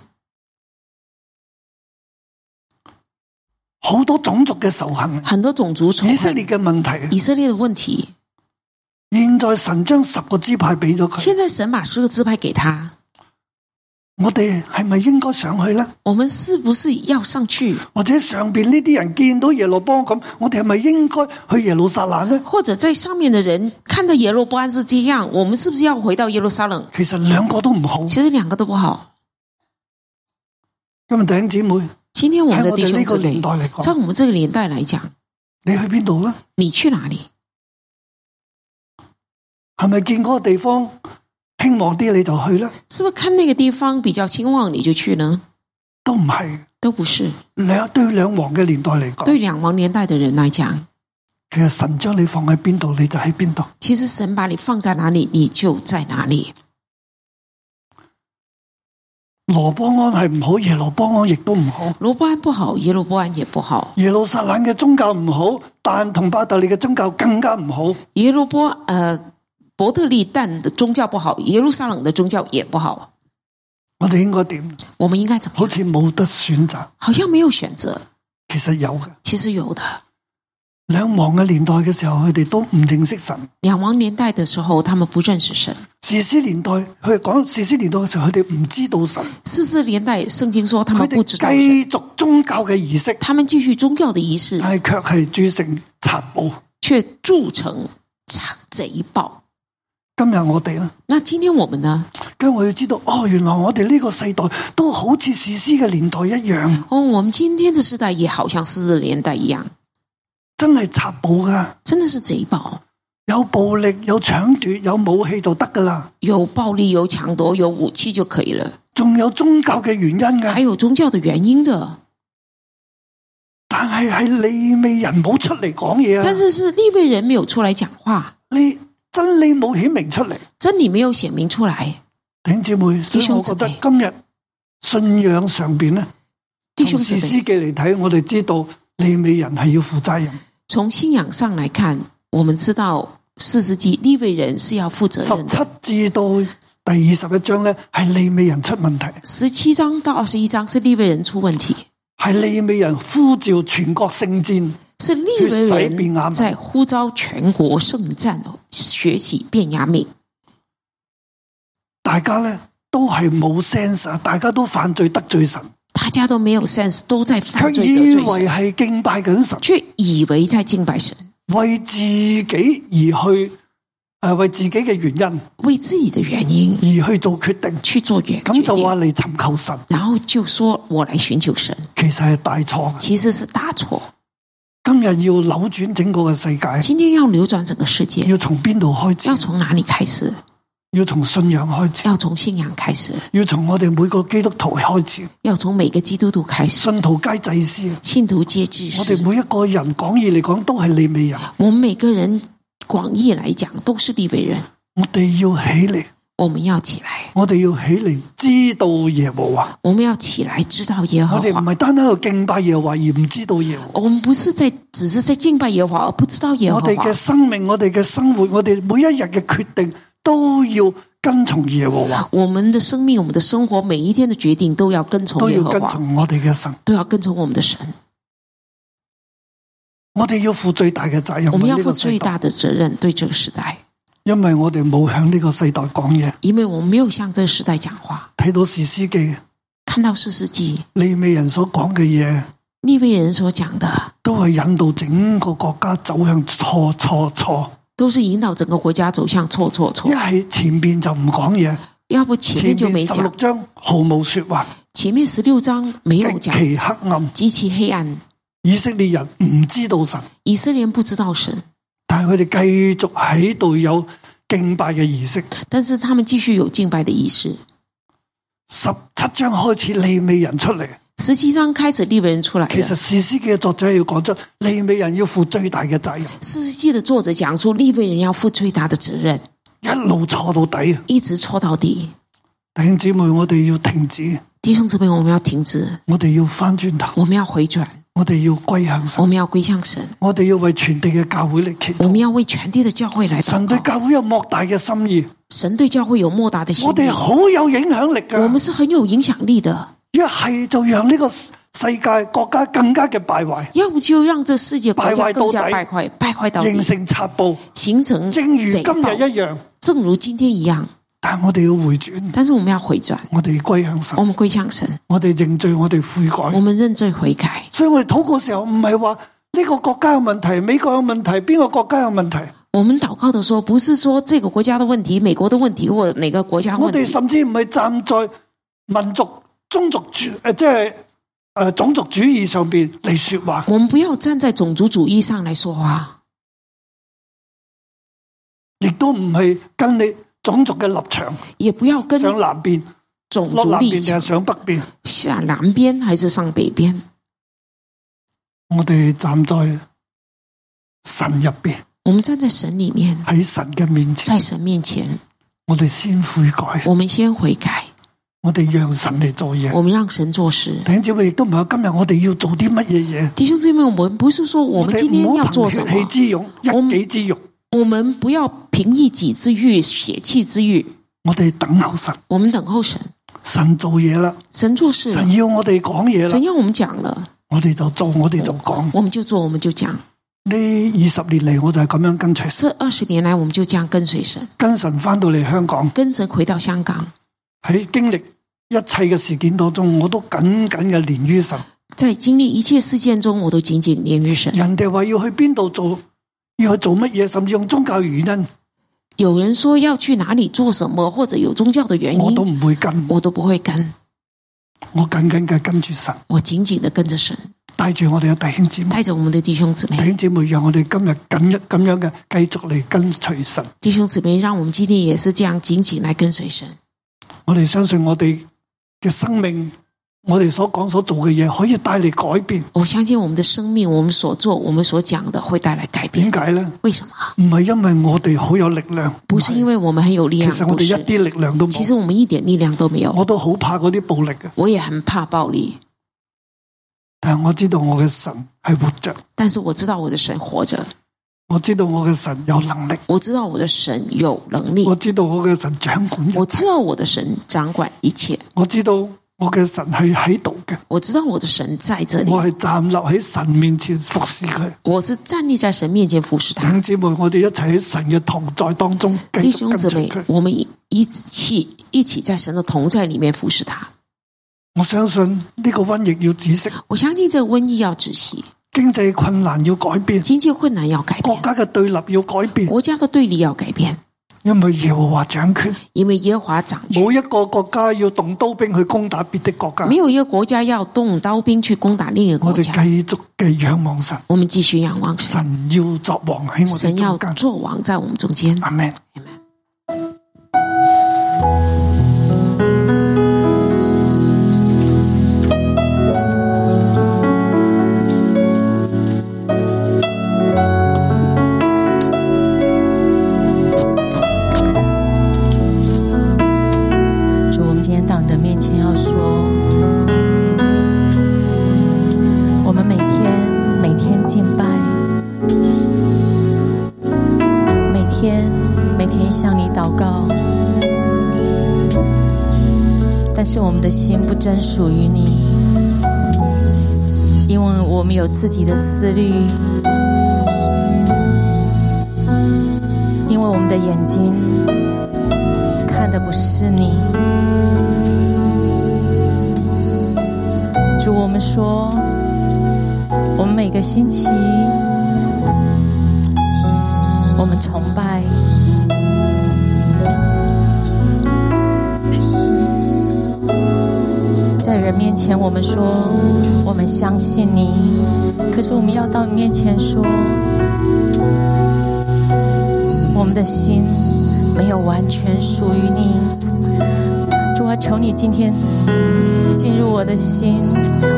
B: 好多種族嘅仇恨，
C: 很多种族仇
B: 以色列
C: 恨。
B: 嘅問題。
C: 以色列的问题，
B: 現在神將十個支派俾咗佢，
C: 现在神把十个支派给他，
B: 我哋係咪應該上去呢？
C: 我们是不是要上去？
B: 或者上边呢啲人見到耶路波安咁，我哋係咪應該去耶路撒冷呢？
C: 或者在上面的人看到耶路波安是这样，我们是不是要回到耶路撒冷？
B: 其實兩個都唔好。
C: 其实两个都不好。
B: 今日弟兄姊妹，
C: 今天我们
B: 喺
C: 的
B: 哎我
C: 弟
B: 哋呢
C: 兄
B: 個
C: 姊
B: 年
C: 妹
B: 代，嚟
C: 在
B: 講，
C: 我们这个年代来讲，
B: 你去邊度呢？
C: 你去哪里？
B: 系咪见嗰个地方兴旺啲你就去咧？
C: 是不是看那个地方比较兴旺你就去呢？
B: 都唔系
C: 都不是。
B: 两对两王嘅年代嚟讲，
C: 对两王年代的人来讲，
B: 其实神将你放喺边度，你就喺边度。
C: 其实神把你放在哪里，你就在哪里。
B: 羅波安係唔好，耶羅波安亦都唔好。
C: 罗伯安不好，耶罗波安也不好，
B: 耶路撒冷嘅宗教唔好，但同巴特利嘅宗教更加唔好。
C: 耶罗波呃伯特利但的宗教不好，耶路撒冷的宗教也不好。
B: 我哋應該點？
C: 我们应该怎么
B: 好
C: 样？
B: 似冇得選擇，
C: 好像没有选择，
B: 其實有嘅。
C: 其实有的。
B: 兩亡嘅年代嘅時候，佢哋都唔認識神。
C: 两王年代的时候，他们不认识神；
B: 士師年代，佢哋講士師年代嘅時候，佢哋唔知道神，
C: 四十年代，圣经说他
B: 佢
C: 们不
B: 哋
C: 知道神，
B: 繼續宗教嘅儀式，
C: 他们继续宗教的仪式，
B: 但係卻係鑄成賊暴。
C: 却铸成賊贼报。
B: 今日我哋咧，
C: 那今天我们呢？
B: 跟我要知道，哦，原來我哋呢個世代都好似士師嘅年代一樣，
C: 哦，我们今天的时代也好像四十年代一样，
B: 真係賊暴噶，
C: 真的是贼报，
B: 有暴力、有搶奪、有武器就得噶啦，
C: 有暴力、有抢夺、有武器就可以了，
B: 仲有宗教嘅原因
C: 还
B: 㗎。
C: 有宗教的原因的。
B: 但係係利未人冇出嚟講嘢
C: 但
B: 啊，
C: 是是利未人没有出来讲话，
B: 你真理冇顯明出嚟。
C: 真理没有显明出来。
B: 弟兄姊妹，所以我覺得今日信仰上边咧，
C: 弟
B: 從
C: 兄姊
B: 士
C: 妹，
B: 師記嚟睇，我哋知道利未人係要負責任，
C: 从信仰上来看，我们知道四世纪利未人是要负责任的。
B: 十七至到第二十一章咧，係利未人出問題。
C: 十七章到二十一章是利未人出问题，
B: 系利未人呼召全国圣战，
C: 是利
B: 血
C: 未
B: 洗便雅悯
C: 人在呼召全国圣战，哦学习便雅悯。
B: 大家咧都系冇 sense，啊大家都犯罪得罪神，
C: 大家都没有 sense，都在
B: 却
C: 犯罪得
B: 以
C: 罪
B: 为
C: 神，
B: 系敬拜紧神，
C: 却以为在敬拜神，
B: 为自己而去诶、呃为自己嘅原
C: 为自己的原因
B: 因而去做决定，
C: 去做决决
B: 咁就话
C: 定，
B: 嚟寻求神，
C: 然后就说我来寻求神，
B: 其实系大错嘅。
C: 其实是大错。
B: 今日要扭转整个嘅世界，
C: 今天要扭转整个世界，
B: 要从边度开
C: 要
B: 始？
C: 从哪里开始？
B: 要从信仰开始，
C: 要从信仰开始，
B: 要从我哋每个基督徒开始，
C: 要从每个基督徒开始。
B: 信徒皆祭司。啊
C: 信徒皆知
B: 我哋
C: 识，
B: 每一个人讲义嚟讲都系利未人，
C: 我们每个人广义来讲都是利未人，
B: 我哋要起嚟。
C: 我们要起来，
B: 我哋要起嚟知道耶和华，
C: 我们要起来知道耶和
B: 我哋唔
C: 华。
B: 系单单喺度敬拜耶和华而唔知道耶和华。
C: 我们不是在只是在敬拜耶和华，而不知道耶和
B: 我哋
C: 华
B: 嘅。生命，我哋嘅生活，我哋每一日嘅决定都要跟从耶和华，
C: 我们的生命、我们的生活，每一天的决定都要跟从
B: 都
C: 耶
B: 要
C: 和
B: 跟
C: 华，
B: 从我哋嘅神。
C: 都要跟从我们的神。
B: 我哋要负最大嘅责任，
C: 我们要
B: 為呢
C: 负
B: 個世
C: 最
B: 代，
C: 大的责任对这个时代，
B: 因为我哋冇向呢个世代讲嘢。
C: 因为我们没有向这个时代讲话。
B: 睇到士师记
C: 看到四世纪
B: 利未人所讲嘅嘢，
C: 利未人所讲的，
B: 都系引导整个国家走向错错错。
C: 都是引导整个国家走向错错错
B: 一。系前边就唔讲嘢，
C: 要不前
B: 前
C: 面就
B: 面
C: 没
B: 十六
C: 讲，
B: 章毫无说话，
C: 前面十六章没有
B: 极
C: 讲，
B: 其黑暗。
C: 极其黑暗。
B: 以色列人唔知道神，
C: 以色列人不知道神，
B: 但系佢哋继续喺度有敬拜嘅仪式。
C: 但是他们继续有敬拜的仪式。
B: 十七章开始，利未人出嚟。
C: 十七章开始，利未人出来
B: 其
C: 了
B: 实。史诗嘅作者要讲出利未人要负最大嘅责任，
C: 四世纪的作者讲出利未人要负最大的责任，
B: 一路错到底。啊
C: 一直错到底。
B: 弟兄姊妹，我哋要停止，
C: 弟兄姊妹，我们要停止，
B: 我哋要翻转头，
C: 我们要回转，
B: 我哋要归向
C: 我
B: 神，
C: 们要归向神，
B: 我哋要为全地嘅教会嚟祈
C: 我
B: 祷。
C: 们要为全地的教会来
B: 神
C: 祷
B: 对
C: 告。
B: 教会有莫大嘅心意，
C: 神对教会有莫大的心
B: 我
C: 意
B: 哋，好有影响力
C: 我们
B: 噶。
C: 是很有影响力的。
B: 一系就让呢个世界国家更加嘅败坏，
C: 要不就让这世界国
B: 败
C: 家
B: 坏到
C: 更
B: 底
C: 加败坏，败坏到底
B: 形，成插暴。
C: 形成
B: 正如今
C: 嗯贼暴
B: 日一样，
C: 正如今天一样。
B: 但我哋要回转，
C: 但是我们要回转，
B: 我哋归向神
C: 我，们归向神，
B: 我哋认罪，我哋悔
C: 我
B: 改。
C: 们认罪悔改。
B: 所以我哋祷告嘅时候，唔系话呢个国家有问题，美国有问题，边个国家有问题，
C: 我们祷告的时候，不是说这个国家的问题、美国的问题或哪个国家的
B: 我
C: 问
B: 哋
C: 题，
B: 甚至唔系站在民族、宗族主诶、即系诶种族主义上边嚟说话。
C: 我们不要站在种族主义上来说话。
B: 亦都唔係跟你種族嘅立場
C: 也不要跟
B: 上南邊，
C: 种
B: 落
C: 族
B: 南
C: 立
B: 邊定係
C: 场
B: 上北邊。
C: 下南边还是上北边，
B: 我哋站在神入邊，
C: 我们站在神里面，
B: 喺神嘅面前，
C: 在神面前，
B: 我哋先悔改，
C: 我们先悔改，
B: 我哋让神嚟做嘢。
C: 我们让神做事。
B: 弟兄姊妹亦都唔系今日我哋要做啲乜嘢嘢，
C: 弟兄姊妹，我们不是说我
B: 我
C: 们
B: 哋
C: 今天
B: 唔
C: 要
B: 好
C: 做
B: 凭
C: 什
B: 血
C: 么
B: 气，之勇、
C: 我
B: 一己之勇，
C: 我们不要凭一己之欲、血气之欲，
B: 我哋等候神，
C: 我们等候神，
B: 神做嘢啦，
C: 神做事了
B: 神要我哋讲嘢
C: 神
B: 啦，
C: 要我哦们讲了，
B: 我哋就做，我哋就讲。
C: 我们就做，我们就讲。
B: 呢二十年嚟，我就系咁样跟随神，
C: 这二十年来，我们就这样跟随神，
B: 跟神翻到嚟香港，
C: 跟神回到香港，
B: 喺经历一切嘅事件当中，我都紧紧嘅连于神。
C: 在经历一切事件中，我都紧紧连于神。
B: 人哋话要去边度做，要去做乜嘢，甚至用宗教原因，
C: 有人说要去哪里做什么，或者有宗教的原
B: 我都
C: 因，
B: 唔会跟，
C: 我都不会跟，
B: 我紧紧嘅跟住神，
C: 我紧紧的跟着神，
B: 带住我哋嘅弟兄姊妹。
C: 带着我们的弟兄姊妹
B: 弟。兄姊妹，让我哋今日紧一咁样嘅继续嚟跟随神。
C: 弟兄姊妹，让我们今天也是这样紧紧来跟随神。
B: 我哋相信我哋嘅生命，我哋所讲所做嘅嘢，可以带嚟改变。
C: 我相信我们的生命，我们所做、我们所讲的会带来改
B: 点
C: 变。
B: 解呢？
C: 为什么啊？
B: 唔系因为我哋好有力量，
C: 不是因为我们很有力
B: 其
C: 量，
B: 实我
C: 不
B: 哋一
C: 是。
B: 啲力量都
C: 嗯其实
B: 冇。
C: 我们一点力量都没有。
B: 我都好怕嗰啲暴力嘅，
C: 我也很怕暴力，
B: 但系我知道我嘅神系活着，
C: 但是我知道我的神活着，
B: 我知道我嘅神有能力，
C: 我知道我的神有能力
B: 我，知道我嘅神掌管一
C: 我
B: 切
C: 知，道我的神掌管一切，
B: 我知道我嘅神系喺度嘅，
C: 我知道我的神在这里，
B: 我系站立喺神面前服侍佢。
C: 我是站立在神面前服侍
B: 弟
C: 他。
B: 兄姊妹，我哋一齐喺神嘅同在当中
C: 弟
B: 继续
C: 兄
B: 跟
C: 姊
B: 随
C: 妹
B: 佢，。
C: 我们一一起一起在神的同在里面服侍他。
B: 我相信呢个瘟疫要止息，
C: 我相信这瘟疫要止息，
B: 经济困难要改变，
C: 经济困难要改
B: 国
C: 变，
B: 家嘅哦对立要改变，
C: 国家的对立要改变，
B: 因为耶和华掌权，
C: 因为耶和华掌权。
B: 冇一个国家要动刀兵去攻打别的国家
C: 没。有一个国家要动刀兵去攻打另一个
B: 我
C: 国
B: 哋
C: 家。
B: 继续嘅仰望神，
C: 我们继续仰望神，
B: 神要作王喺我
C: 神
B: 哋
C: 要
B: 中间。
C: 做王在我们中间。
B: 阿 m
C: 阿们
D: 主，我们今天到你的面前要说，我们每天每天敬拜，每天每天向你祷告，但是我们的心不真属于你，因为我们有自己的思虑，因为我们的眼睛看的不是你。主，我们说，我们每个星期，我们崇拜，在人面前，我们说我们相信你，可是我们要到你面前说，我们的心没有完全属于你。主啊，求你今天进入我的心，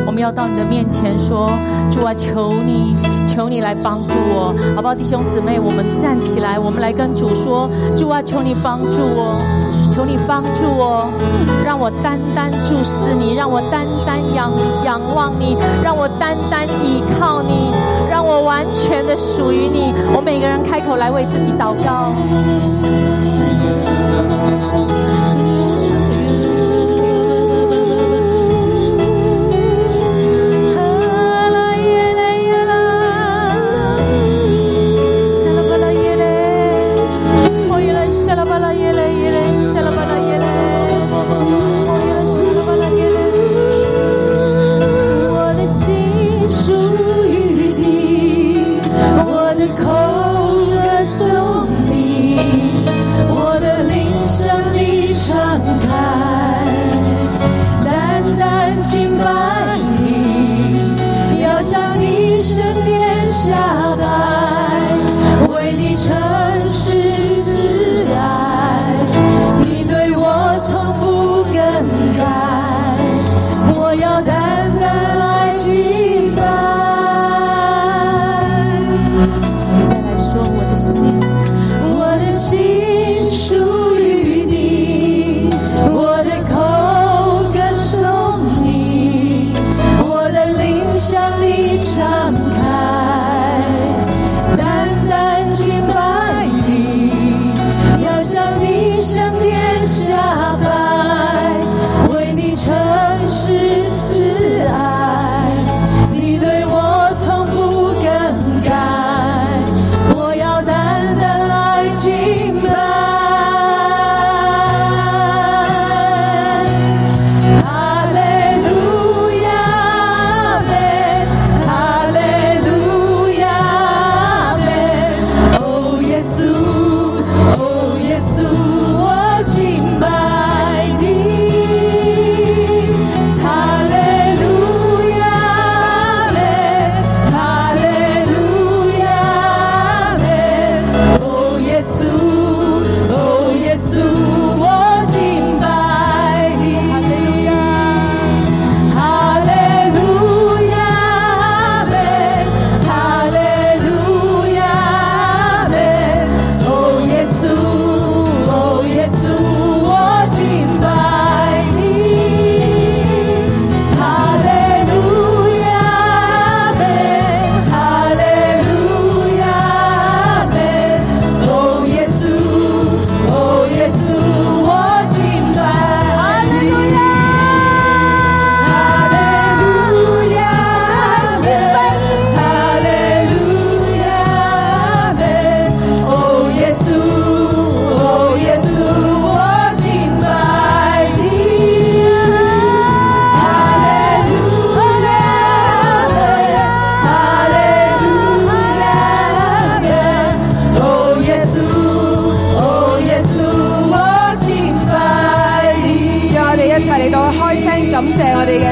D: 我们要到你的面前说，主啊，求你，求你来帮助我，好不好，弟兄姊妹，我们站起来，我们来跟主说，主啊，求你帮助我，求你帮助我，让我单单注视你，让我单单仰仰望你，让我单单依靠你，让我完全的属于你。我每个人开口来为自己祷告。我的心属于你，我的口歌颂你，我的灵向你敞开，单单敬拜你，要向你身边下拜，为你诚实慈爱，你对我从不更改。我要单单来敬拜。再来说我的心，我的心属于你，我的口
E: Oh, Oh, Oh, oh, Oh, oh, Oh, Oh,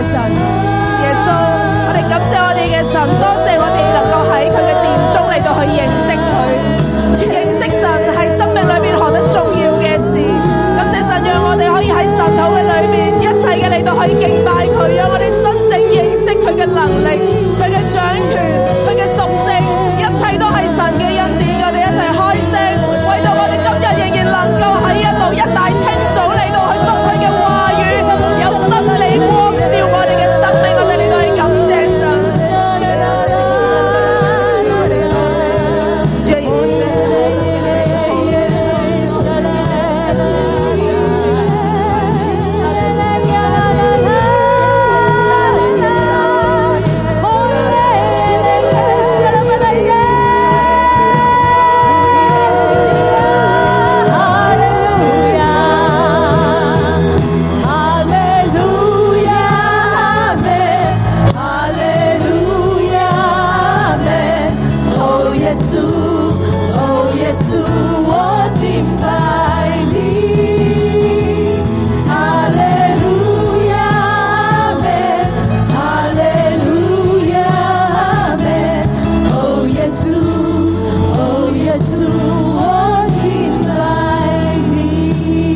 E: oh,
F: 耶稣，我哋感謝我哋嘅神，多謝我哋能夠喺佢嘅殿中嚟到去認識佢，認識神係生命裏面何等重要嘅事。感謝神，讓我哋可以喺神土嘅裏面，一切嘅嚟到去敬拜佢，讓我哋真正認識佢嘅能力、佢嘅掌權、佢嘅屬性，一切都係神嘅恩典。我哋一齊開聲，為到我哋今日仍然能夠喺一路一大清早嚟到去讀佢嘅話語，有真理光照我哋嘅生命，我哋嚟到去感謝神。主啊，認識你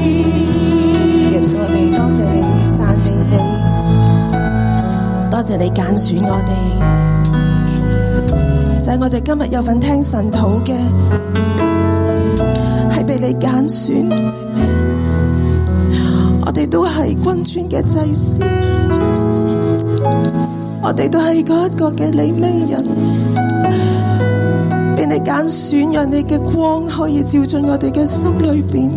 E: 耶稣，我哋多谢你，赞美你，多谢你拣选我哋，就系、我哋今日有份听神道嘅，系被你拣选，我哋都系君尊嘅祭司，我哋都系嗰一个嘅你美人，被你拣选，让你嘅光可以照进我哋嘅心里边。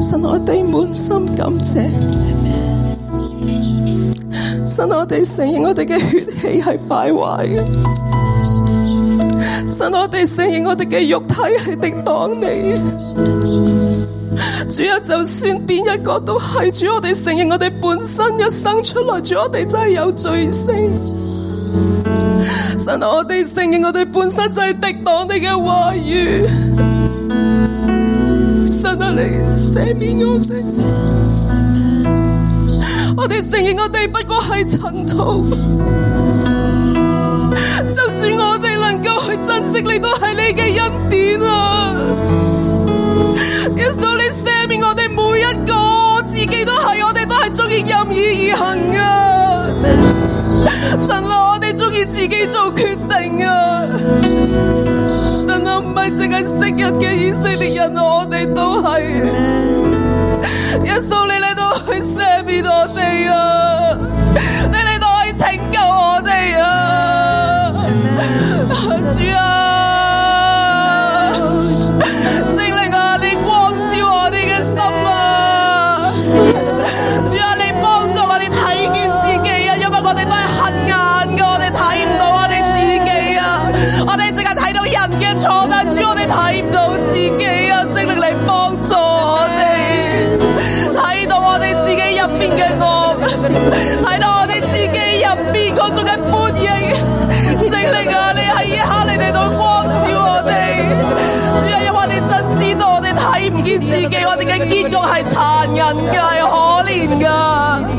E: 神，我哋满心感谢。神，我哋承认我哋嘅血气系败坏嘅。神，我哋承认我哋嘅肉体系抵挡你。主啊，就算边一个都系，主我哋承认我哋本身一生出来，主我哋真系有罪性。神，我哋承认我哋本身就系抵挡你嘅话语。神啊，你赦免我哋。我哋承认我哋不过系尘土，就算我哋能够去珍惜你，都系你嘅恩典啊！耶稣，你赦免我哋每一个，我自己都系，我哋都系中意任意而行啊！神啊，我哋中意自己做决定啊！神啊，唔系净系昔日嘅以色列人，我哋都系。耶稣，你嚟到去赦免我哋啊！你嚟到去拯救我哋啊！主啊！圣灵啊，你光照我哋嘅心啊！主啊，你帮助我哋睇见自己啊，因为我哋都系黑眼噶，我哋睇唔到我哋自己啊，我哋净系睇到人嘅错，但主我哋睇唔到自己啊，圣灵嚟帮助我哋，睇到我哋自己入边嘅恶，睇到我哋自己入边嗰種嘅叛逆，圣灵啊，你喺呢一刻你嚟到光照我哋，主啊，因為我哋真知道我哋睇唔見自己，我哋嘅結局係殘忍嘅，係可憐噶。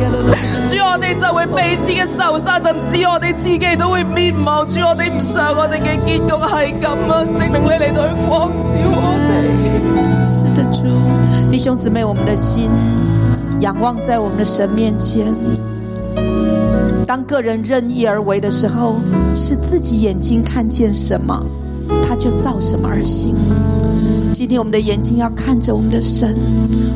E: 主，我哋就會彼此嘅仇殺，甚至我哋自己都會滅亡。主，我哋唔想我哋嘅結局係咁啊！聖靈，你嚟到去光照我
A: 是的，主，弟兄姊妹，我们的心仰望在我们的神面前。当个人任意而为的时候，是自己眼睛看见什么，他就造什么而行。今天我们的眼睛要看着我们的神，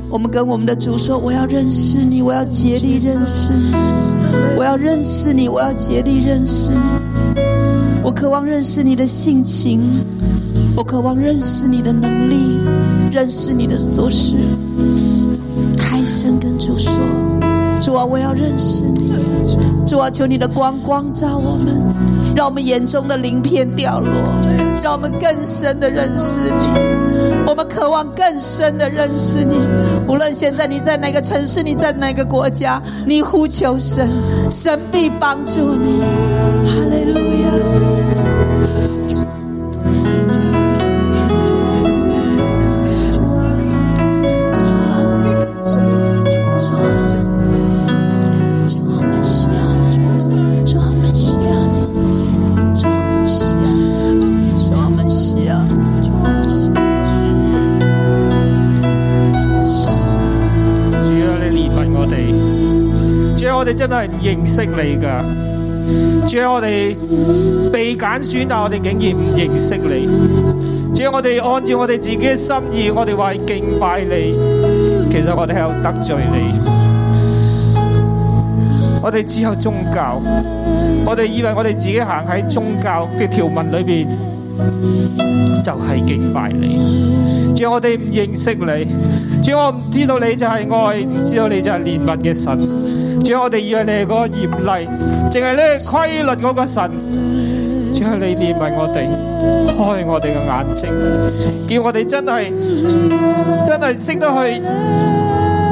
A: 我们跟我们的主说：“我要认识你，我要竭力认识你，我要认识你，我要竭力认识你。我渴望认识你的性情，我渴望认识你的能力，认识你的所事。开声跟主说：“主啊，我要认识你。主啊，求你的光光照我们，让我们眼中的鳞片掉落，让我们更深的认识你。我们渴望更深的认识你。无论现在你在哪个城市，你在哪个国家，你呼求神，神必帮助你。哈利路亚。”主
G: 啊哋真係唔認識你噶。主啊，我哋被揀選，但我哋竟然唔認識你。主啊，我哋按照我哋自己嘅心意，我哋話係敬拜你，其實我哋係有得罪你。我哋只有宗教，我哋以為我哋自己行喺宗教嘅條文裏邊，就係、敬拜你。主啊，我哋唔認識你，主啊，我唔知道你就係愛，唔知道你就係憐憫嘅神。主啊，我哋以為你係嗰個嚴厲，淨係咧規律嗰個神。主啊，你憐憫我哋，開我哋嘅眼睛，叫我哋真係真係識得去。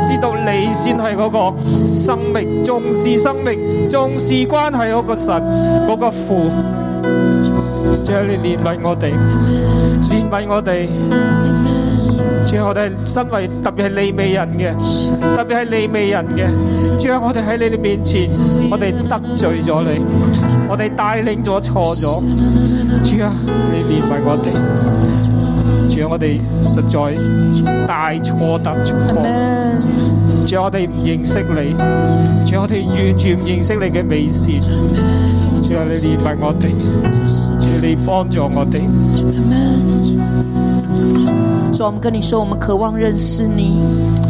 G: 知道你先係嗰個生命，重視生命，重視關係嗰個神，嗰、個父。主啊，你憐憫我哋，憐憫我哋。主啊，我哋係身為特別係利未人嘅，特別係利未人嘅。主啊，我哋喺你哋面前，我哋得罪咗你，我哋帶領咗錯咗。主啊，你憐憫我哋。主啊，我哋實在大錯特錯。主啊我哋唔認識你，主啊我哋完全唔認識你嘅美善，主啊你憐憫我哋，主啊你幫助我哋，
H: 主啊，我们跟你说，我们渴望认识你，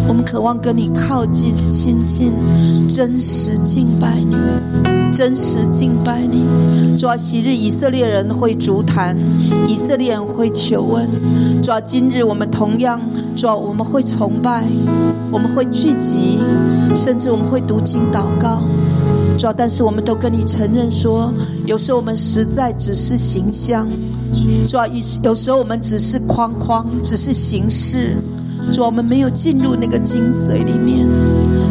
H: 我们渴望跟你靠近、亲近、真实敬拜你，真实敬拜你。主啊，昔日以色列人会竹坛，以色列人会求问。主啊，今日我们同样，主啊，我们会崇拜，我们会聚集，甚至我们会读经祷告。主啊，但是我们都跟你承认说，有时候我们实在只是形象。主啊，有有时候我们只是框框，只是形式，主啊，我们没有进入那个精髓里面。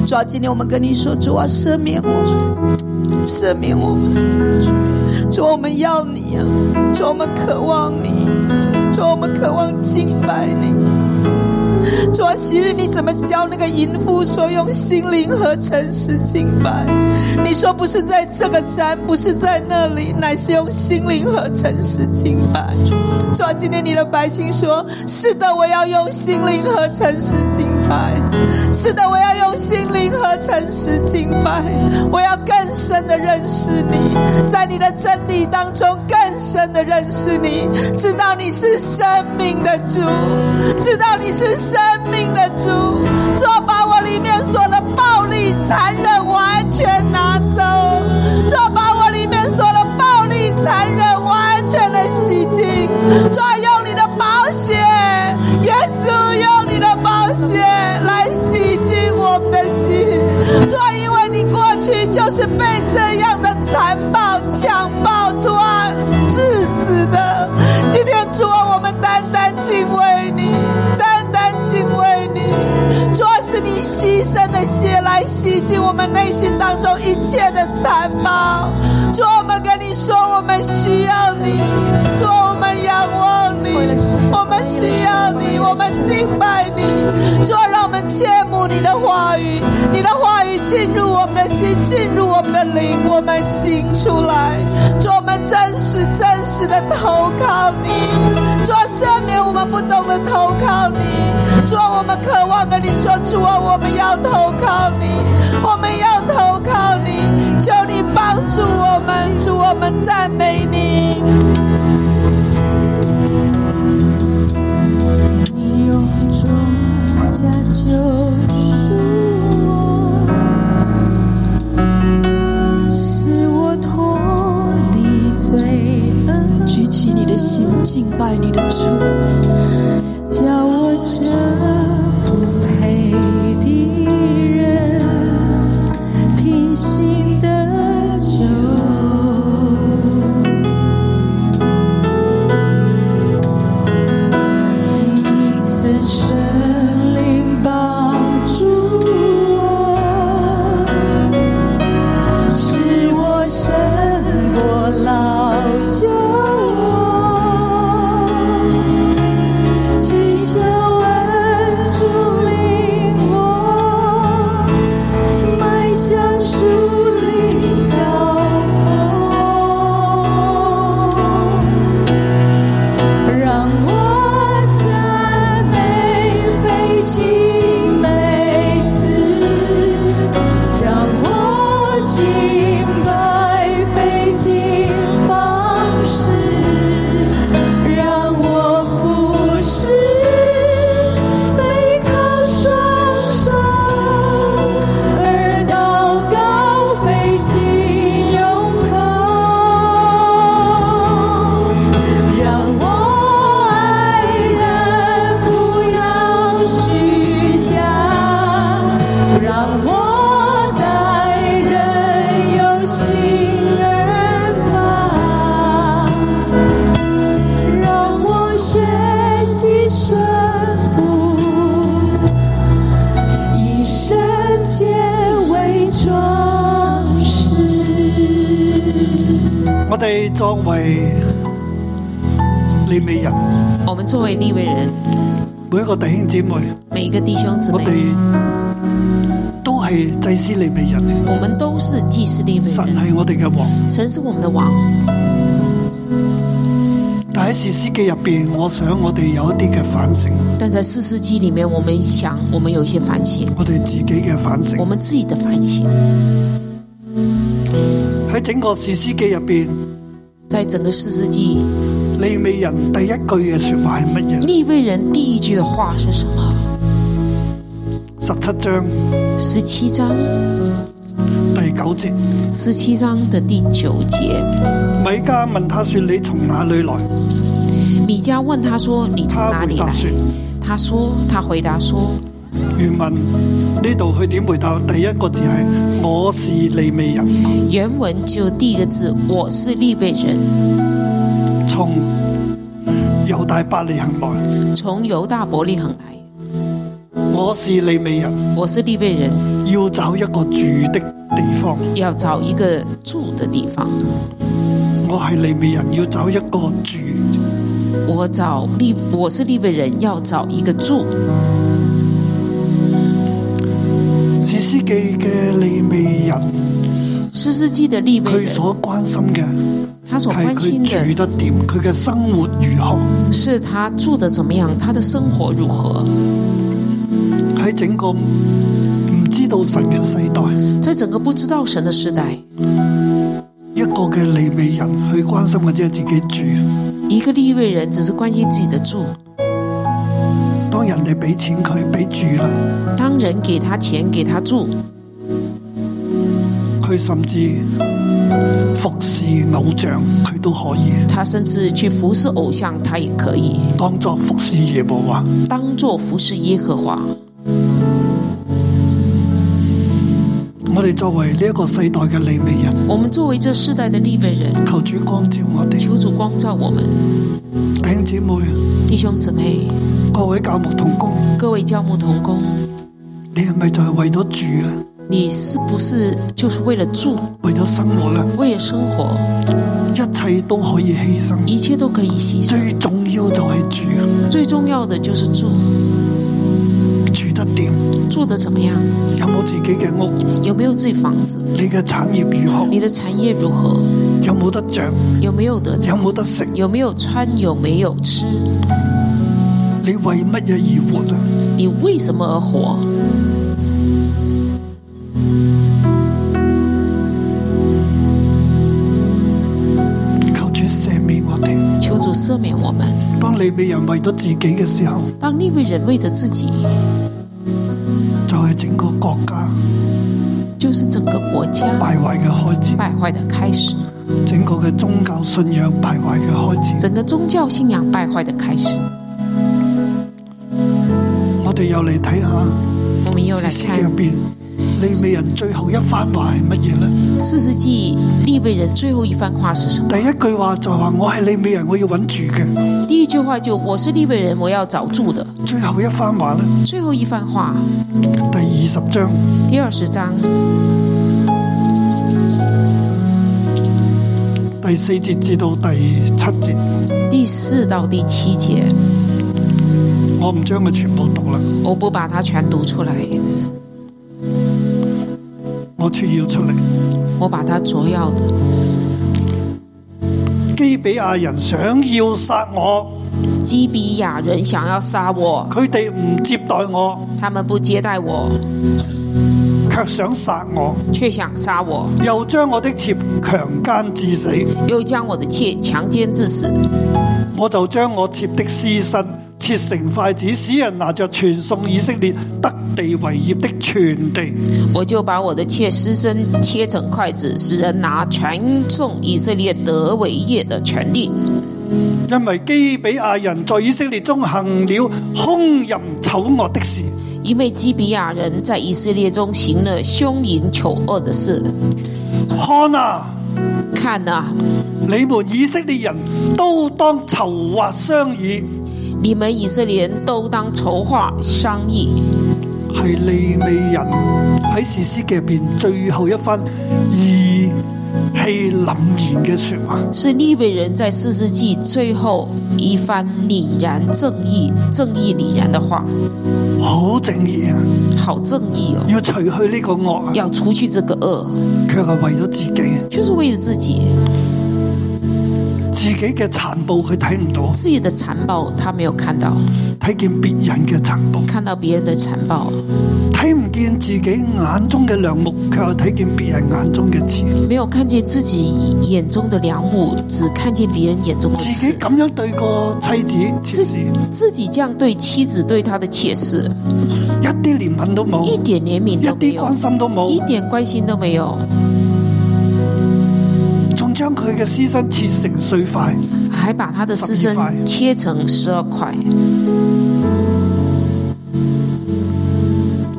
H: 主啊，今天我们跟你说，主啊，赦免我们，赦免我们。主啊，我们要你啊，主啊，我们渴望你，主啊，我们渴望敬拜你。主啊，昔日你怎么教那个淫妇说用心灵和诚实敬拜？你说不是在这个山，不是在那里，乃是用心灵和诚实敬拜。主啊，今天你的百姓说：“是的，我要用心灵和诚实敬拜；是的，我要用心灵和诚实敬拜。我要更深的认识你，在你的真理当中更深的认识你，知道你是生命的主，知道你是生命的主。主啊，把我里面所有的暴力、残忍完全拿走。主啊，把我里面所有的暴力、残忍完全的洗净。主啊，用你的宝血，耶稣用你的宝血来洗净我们的心。主啊，因为你过去就是被这样的残暴、强暴、主啊致死的。今天主啊，我们单单敬畏你，单单敬畏你。主要是你牺牲的血来洗净我们内心当中一切的残暴。主啊，我们跟你说，我们需要你。主啊，我们仰望你，我们需要你，啊我们敬拜你。主啊，让我们切慕你的话语，你的话语进入我们的心，进入我们的灵，我们行出来。主啊，我们真实真实的投靠你。主啊，赦免我们不懂得投靠你。主啊，我们渴望跟你说，主啊，我们要投靠你，我们要投靠你，求你帮助我们，主，我们赞美你。
E: 你用重价救赎我，使我脱离罪恶，
H: 举起你的心，敬拜你的主，
E: 叫我这不配的人平心得救。一次神灵帮助我，使我胜过老旧我，祈求恩主领我迈向树林。明白飞行方式，让我忽视飞靠双手，而祷告飞进永恒。让我爱人不要虚假，让我待人有心而发，让我学习顺服，以圣洁为装饰。
B: 我哋作為利未人，
C: 我们作为立位人，
B: 每一個弟兄姊妹，
C: 每一个弟兄姊
B: 我
C: 妹，
B: 哋都係祭司利未人，
C: 我们都是祭司立位
B: 神
C: 人，
B: 係我哋嘅王。
C: 神是我们的王。
B: 但喺士師記入边，我想我哋有一啲嘅反省，
C: 但在四世纪里面，我们想，我们有一些反省，
B: 我哋自己嘅反省
C: 我。们自己的反省，
B: 喺整個士師記入边，
C: 在整个四世纪，
B: 利未人第一句嘅说話係乜嘢？
C: 立位人第一句的话是什么？
B: 十七章
C: 十七章，
B: 第九節，
C: 十七章的第九节，
B: 米迦問他說：你從哪裏來？
C: 米迦问他说：“你从
B: 他
C: 哪
B: 回
C: 里
B: 答
C: 来
B: 說：？”
C: 他说：“他回答说，
B: 原文呢度佢點回答？第一個字係我是利未人。
C: 原文就第一个字，我是利未人，
B: 從猶大伯利行來，
C: 从犹大伯利恒来，
B: 我是利未人，
C: 我是利未人，
B: 要找一個住的地方。
C: 要找一个住的地方。
B: 我係利未人，要找一個住。
C: 我找利，我是利未人，要找一个住。
B: 史詩記嘅利未人，
C: 四世纪的利未
B: 佢
C: 人，
B: 所關心嘅
C: 他所
B: 係
C: 关心
B: 佢
C: 的
B: 住得點，佢嘅生活如何。
C: 是他住的怎么样，他的生活如何。
B: 喺整個唔知道神嘅世代，
C: 在整个不知道神的时代，
B: 一個嘅利未人去關心嘅只係自己住。
C: 一个利未人只是关心自己的住。
B: 當人哋俾錢佢，俾住啦，
C: 当人给他钱给他住，
B: 佢甚至服侍偶像，佢都可以
C: 他甚至去服侍偶像，他也可以
B: 當作服侍耶和華。
C: 当做服侍耶和华。
B: 我哋作為呢一個世代嘅利未人，
C: 我们作为这世代的利未人，
B: 求主光照我哋
C: 求主光照我们
B: 弟兄姊妹、
C: 弟兄姊妹，
B: 各位教牧同工，
C: 各位教牧同工，
B: 你係咪就係為咗住咧，
C: 你是不是就是为了住，
B: 為咗生活咧，
C: 为了生活，
B: 一切都可以犧牲？
C: 一切都可以牺牲？
B: 最重要就係住，
C: 最重要的就是住，
B: 住得點，
C: 住的怎么样？
B: 有冇自己嘅屋，
C: 有没有自己房子？
B: 你嘅產業如何，
C: 你的产业如何？
B: 有冇得着，
C: 有没有得
B: 有
C: 着？
B: 冇得食，
C: 有没有穿？有没有吃？
B: 你為乜嘢而活啊？
C: 你为什么而活？
B: 求主赦免我哋。
C: 求主赦免我们。
B: 當利未人為咗自己嘅時候，
C: 当利未人为着自己，
B: 就係整個國家
C: 就是整个国家
B: 敗壞嘅開始，
C: 败坏的开始，
B: 整個嘅宗教信仰敗壞嘅開始。
C: 整个宗教信仰败坏的开始。
B: 我哋又嚟睇下
C: 我们又来
B: 《史詩記》
C: 看
B: 入邊，利未人最後一番話係乜嘢呢？
C: 四世纪利未人最后一番话是什么？
B: 第一句話就話我係利未人，我要揾住嘅。
C: 第一句话就我是利未人，我要找住的。
B: 最後一番話呢，
C: 最后一番话，
B: 第二十章
C: 第二十章
B: 第四節至到第七節，
C: 第四到第七节，
B: 我唔將佢全部讀啦，
C: 我不把它全读出来，
B: 我撮要出嚟。
C: 我把它摘要的。
B: 基比亞人想要殺我，
C: 基比亚人想要杀我，
B: 佢哋唔接待我，
C: 他们不接待我，
B: 卻卻想殺我，
C: 却想杀我，
B: 又將我的妾強姦致死。
C: 又将我的妾强奸致死。
B: 我就將我妾的屍身切成筷子，使人拿着傳送以色列得地為業的全地。
C: 我就把我的妾尸身切成筷子，使人拿传送以色列得为业的权利。
B: 因為基比亞人在以色列中行了兇淫醜惡的事，
C: 因为基比亚人在以色列中行了凶淫丑恶的事。
B: 看啊！
C: 看啊，
B: 你們以色列人都當籌劃商議，
C: 你们以色列人都当筹划商议。
B: 係利未人喺士師記入邊最後一番意氣凛然嘅説話。
C: 是利未人在四世纪最后一番凛然正义、正义凛然的话，
B: 好正義啊！
C: 好正义哦！
B: 要除去呢個惡啊，
C: 要除去这个恶，
B: 卻係為咗自己，
C: 就是为了自己
B: 自己嘅殘暴佢睇唔到，
C: 自己的残暴，他没有看到，
B: 睇見別人嘅殘暴，
C: 看到别人的残暴，
B: 睇唔見自己眼中嘅良木，卻係睇見別人眼中嘅刺。
C: 没有看见自己眼中的良木，只看见别人眼中的
B: 自己
C: 刺。
B: 咁樣對個妻子、妾
C: 自
B: 侍，
C: 自己这样对妻子、对他的妾室，
B: 一啲憐憫都冇，
C: 一点怜悯
B: 一
C: 都没
B: 啲
C: 有
B: 關，心都
C: 一
B: 冇，
C: 点关心都没有，
B: 仲將佢嘅屍身切成碎塊。
C: 还把他的尸身
B: 十二块
C: 切成十二块。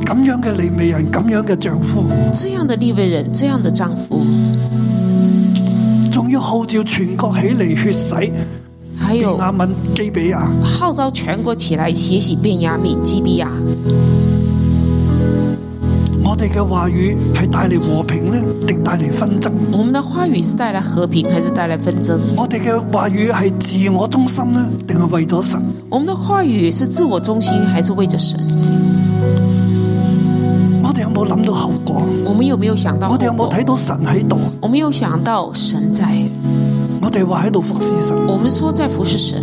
B: 咁樣嘅利未人，咁樣嘅丈夫，
C: 这样的利未人，这样的丈夫，
B: 仲要號召全國起嚟血洗
C: 还
B: 便
C: 有
B: 雅敏基比亞，
C: 号召全国起来血洗便雅悯、基比亚。
B: 我哋嘅話語係帶嚟和平呢，定帶嚟紛爭？
C: 我们的话语是带来和平，还是带来纷争？
B: 我哋嘅話語係自我中心呢，定係為咗神？
C: 我们的话语是自我中心，还是为着神？
B: 我哋有冇諗到後果？
C: 我们有没有想到后
B: 我
C: 果？
B: 哋有冇睇到神喺度？
C: 我们有想到神在，
B: 我哋話喺度服侍神，
C: 我们说在服侍神，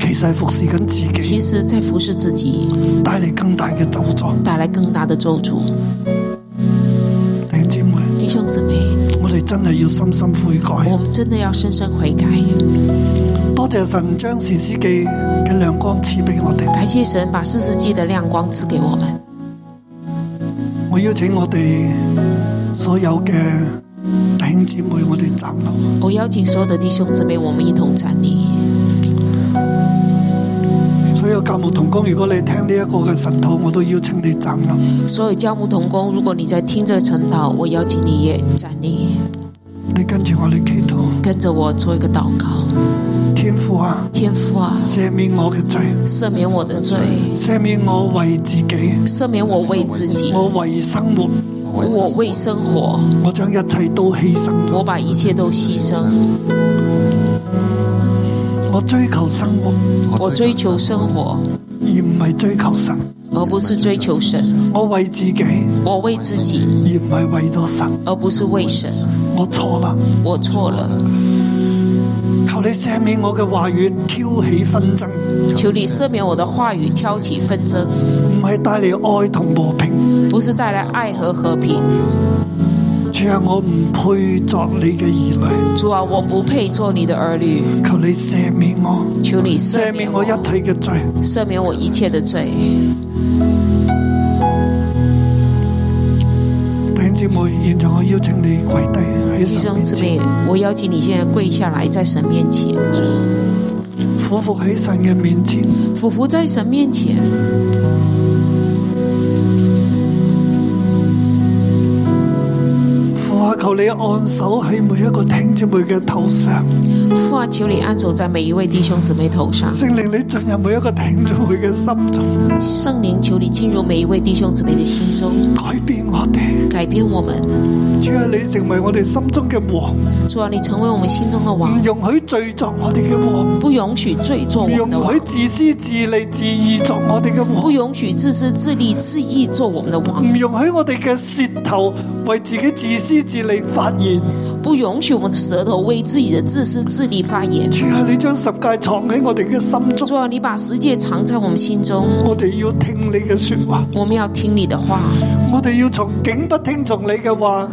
B: 其實係服侍緊自己，
C: 其实在服侍自己，
B: 帶嚟更大嘅咒詛。
C: 带来更大的咒诅。
B: 弟兄姊妹，
C: 弟兄姊妹，
B: 我哋真係要深深悔改
C: 我。们真的要深深悔改，
B: 多謝神將士師記嘅亮光賜俾我哋。
C: 感谢神把四世纪的亮光赐给我们。
B: 我邀請我哋所有嘅弟兄姊妹，我哋站立。
C: 我邀请所有的弟兄姊妹，我们一同站立。
B: 所有教牧同工，如果你聽呢一個嘅神道，我都邀請你站立。
C: 所有教牧同工，如果你在听这晨祷，我邀请你也站立，
B: 你跟住我哋祈禱，
C: 跟着我做一个祷告。
B: 天父啊，
C: 天父啊，
B: 赦免我嘅罪，
C: 赦免我的罪，
B: 赦免我為自己，
C: 赦免我为自己，
B: 我為生活，
C: 我为生活，
B: 我將一切都犧牲
C: 我
B: 咗。
C: 把一切都牺牲。
B: 我追求生活，
C: 我追求生活，
B: 而唔係追求神。
C: 而不是追求神；
B: 我為自己，
C: 我为自己，
B: 而唔係為咗神。
C: 而不是为神。
B: 我錯啦，
C: 我错了，
B: 求你赦免我嘅話語，挑起紛爭，
C: 求你赦免我的话语挑起纷争，
B: 唔係帶嚟愛同和平。
C: 不是带来爱和和平。
B: 主啊，我唔配作你嘅兒女，
C: 主啊，我不配做你的儿女，
B: 求你赦免我，
C: 求你
B: 赦
C: 赦
B: 免
C: 免
B: 我
C: 我
B: 一，切嘅罪。
C: 赦免我一切的罪。
B: 弟兄姊妹，現在我邀請你跪低喺
C: 弟
B: 神
C: 兄
B: 面
C: 姊
B: 前
C: 妹，，我邀请你现在跪下来，在神面前，
B: 俯伏喺神嘅面前，
C: 俯伏在神面前，
B: 父啊，求你按手喺每一個弟兄姊妹嘅頭上，
C: 父啊，求你按手在每一位弟兄姊妹头上，
B: 聖靈你進入每一個弟兄姊妹嘅心中，
C: 圣灵，求你进入每一位弟兄姊妹的心中，
B: 改變我哋。
C: 改变我们。
B: 主啊，你成為我哋心中嘅王，唔
C: 主啊，你成为我们心中的王，
B: 容許罪作我哋嘅王，
C: 不容许罪作我
B: 唔
C: 们的
B: 容
C: 王
B: 許，自私自利自義作我哋嘅
C: 不
B: 王。
C: 容许自私自利自义做我们的王
B: 唔，容許我哋嘅舌頭為自己自私自利發言，
C: 不容许我们的舌头为自己的自私自利发言。
B: 主啊，你将十诫藏喺我哋嘅心中，
C: 主啊，你把十诫藏在我们心中，
B: 我哋要听你嘅说话，
C: 我们要听你的话，
B: 我哋要从竟不听从你嘅话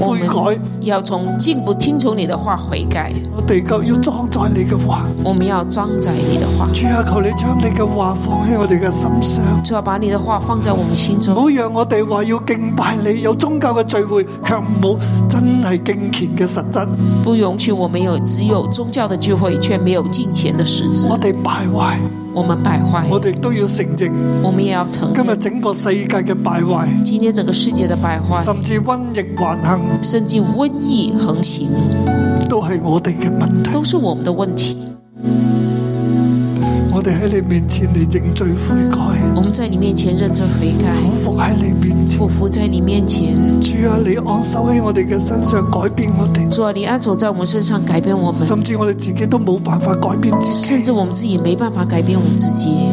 B: 悔改，
C: 要从进不听从你的话悔改，
B: 我哋就要装载你嘅话。
C: 我们要装载你的话。
B: 主啊，求你将你嘅话放喺我哋嘅心上，
C: 主啊，把你的话放在我们心中
B: 唔，好让我哋话要敬拜你，有宗教嘅聚会，却唔好真系敬虔嘅实质。
C: 不容许我们有只有宗教的聚会，却没有金钱的实质。
B: 我哋败坏，
C: 我们败坏，
B: 我哋都要承认，
C: 我们也要承
B: 今日
C: 认
B: 整个世界嘅败坏，
C: 今天整个世界的败坏，
B: 甚至瘟疫横行，
C: 甚至瘟疫横行，
B: 都系我哋嘅问题。
C: 都是我们的问题。
B: 我哋喺你面前嚟认罪悔改，
C: 我们在你面前认罪悔改，
B: 俯伏喺你面前。
C: 俯伏在你面前，
B: 主啊，你安守喺我哋嘅身上，改变我哋，
C: 主啊，你安守在我们身上改变我们，
B: 甚至我哋自己都冇办法改变自
C: 甚
B: 己
C: 至，我们自己没办法改变我们自己，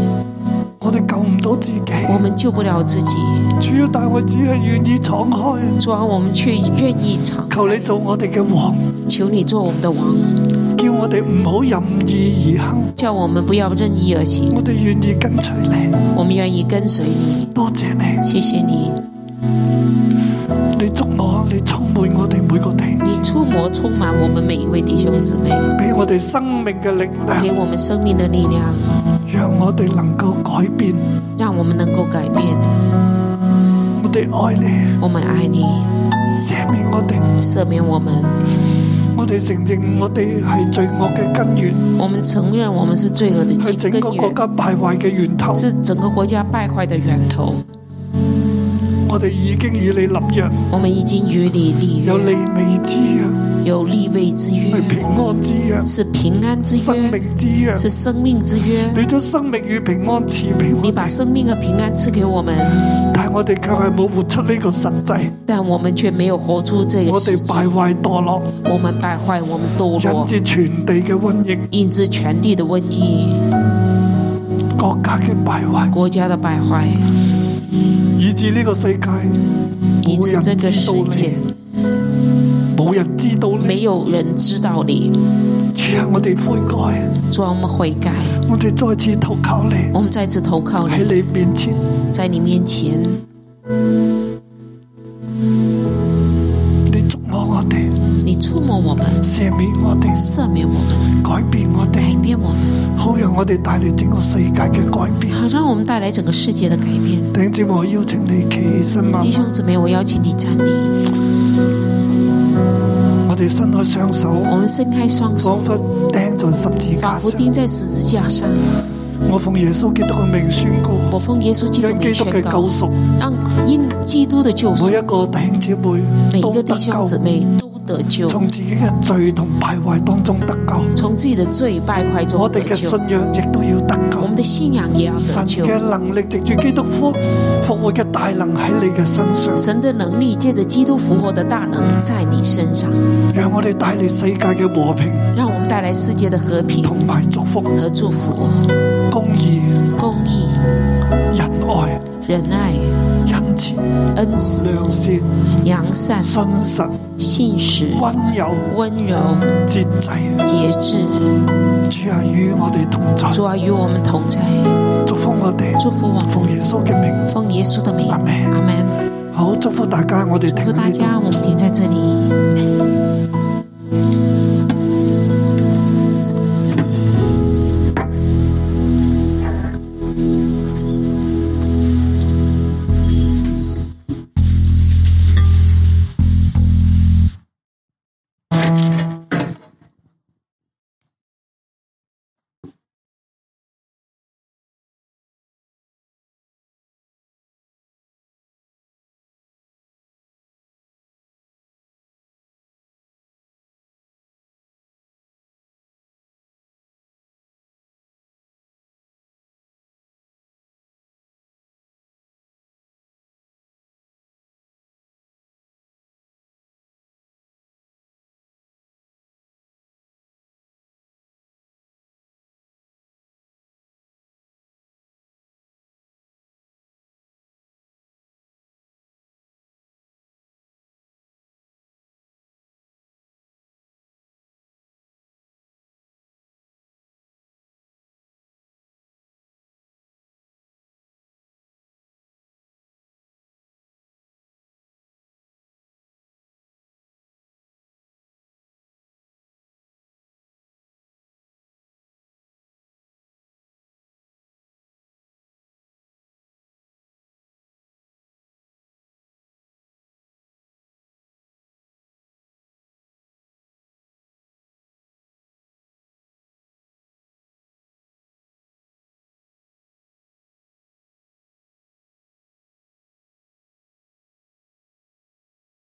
B: 我哋救唔到自己。
C: 我们救不了自己。
B: 主啊，但我只系愿意敞开，
C: 主啊，我们却愿意敞开
B: 求你做我哋嘅王，
C: 求你做我们的王，
B: 叫我哋唔好任意而行。
C: 叫我们不要任意而行，
B: 我哋愿意跟随你，
C: 我们愿意跟随你。
B: 多谢你，
C: 谢谢你，
B: 你祝我，你充满我哋每个弟兄
C: 你
B: 姊妹，
C: 触摸充满我们每一位弟兄姊妹，
B: 俾我哋生命嘅力量
C: 给，我们生命的力量，
B: 让我哋能够改变。
C: 让我们能够改变。
B: 我哋爱你，
C: 我们爱你，
B: 赦免我哋，
C: 赦免我们。
B: 我哋承认我哋系罪恶嘅根源。
C: 我们承认我们是罪恶的
B: 系整
C: 根
B: 个国
C: 源，
B: 家败坏嘅源头。
C: 是整个国家败坏的源头。
B: 我哋已经与你立约，
C: 我们已经与你立
B: 有利
C: 约，
B: 未之约，
C: 有立位之
B: 系
C: 约，
B: 平安之约，
C: 是平安之
B: 生
C: 约，
B: 命之约。
C: 是生命之约。
B: 你将生命与平安赐俾
C: 你
B: 我，
C: 把生命和平安赐给我们，
B: 但系我哋却系冇活出呢个实际。
C: 但我们却没有活出这个
B: 我
C: 实
B: 哋
C: 际。
B: 败坏堕落，
C: 我们败坏，我们堕
B: 引
C: 落，
B: 致全地嘅瘟疫、
C: 引致全地的瘟疫，
B: 国家嘅败坏，
C: 国家的败坏，
B: 以致呢个世界
C: 以
B: 冇
C: 致这
B: 人
C: 个
B: 知道
C: 世界
B: 你，冇人知道
C: 没
B: 你。
C: 有人知道你。
B: 主啊，我哋悔改，
C: 主啊，我们悔改，
B: 我哋再次投靠你，
C: 我们再次投靠
B: 喺
C: 你，
B: 你面前，
C: 在你面前，
B: 你捉摸我哋，
C: 你触摸我们，
B: 赦免我哋，
C: 赦免我们，
B: 改变我哋
C: 改。变我们。
B: 好让我哋带嚟整个世界嘅改变。
C: 好，让我们带来整个世界的改变。
B: 弟兄姊妹，我邀請你企起身嘛，
C: 弟兄姊妹，我邀请你站立，
B: 我哋伸開雙手，
C: 我们伸开双手
B: 彷，彿釘在十字
C: 仿
B: 架
C: 佛
B: 上。
C: 钉在十字架上。
B: 我奉耶穌基督嘅命宣告，
C: 我奉耶稣基督的
B: 因
C: 名
B: 基督
C: 宣
B: 嘅救
C: 告，
B: 贖，
C: 让因基督的救赎，
B: 每一個弟兄姊
C: 每
B: 妹
C: 一
B: 都
C: 个
B: 得
C: 弟兄姊
B: 救，
C: 妹都得救，
B: 從自己嘅罪同敗壞當中得救。
C: 从自己的罪败坏中
B: 我
C: 得
B: 哋嘅
C: 救
B: 信。仰亦都要得
C: 我们
B: 救。
C: 的信仰也要得
B: 神
C: 救。
B: 嘅能力藉住基督復復活嘅大能喺你嘅身上，
C: 神的能力借着基督复活的大能在你身上，
B: 讓我哋帶嚟世界嘅和平
C: 让我们带来世界的和平
B: 同埋祝福、
C: 和祝福、
B: 公義、
C: 公义、
B: 仁愛、
C: 仁爱、
B: 恩慈、
C: 恩慈、
B: 良善、
C: 良善、
B: 信實、
C: 信实、
B: 温柔、
C: 温柔、
B: 節制。
C: 节制。
B: 主啊，與我哋同在，
C: 主啊，与我们同在，
B: 祝福我哋，
C: 祝福我
B: 奉
C: 们，
B: 耶穌嘅名。
C: 奉耶稣的名，
B: 阿
C: 阿
B: 门
C: 门。
B: 好，祝福大家，我哋
C: 祝
B: 停
C: 福
B: 喺
C: 大
B: 呢度
C: 家，。我们停在这里。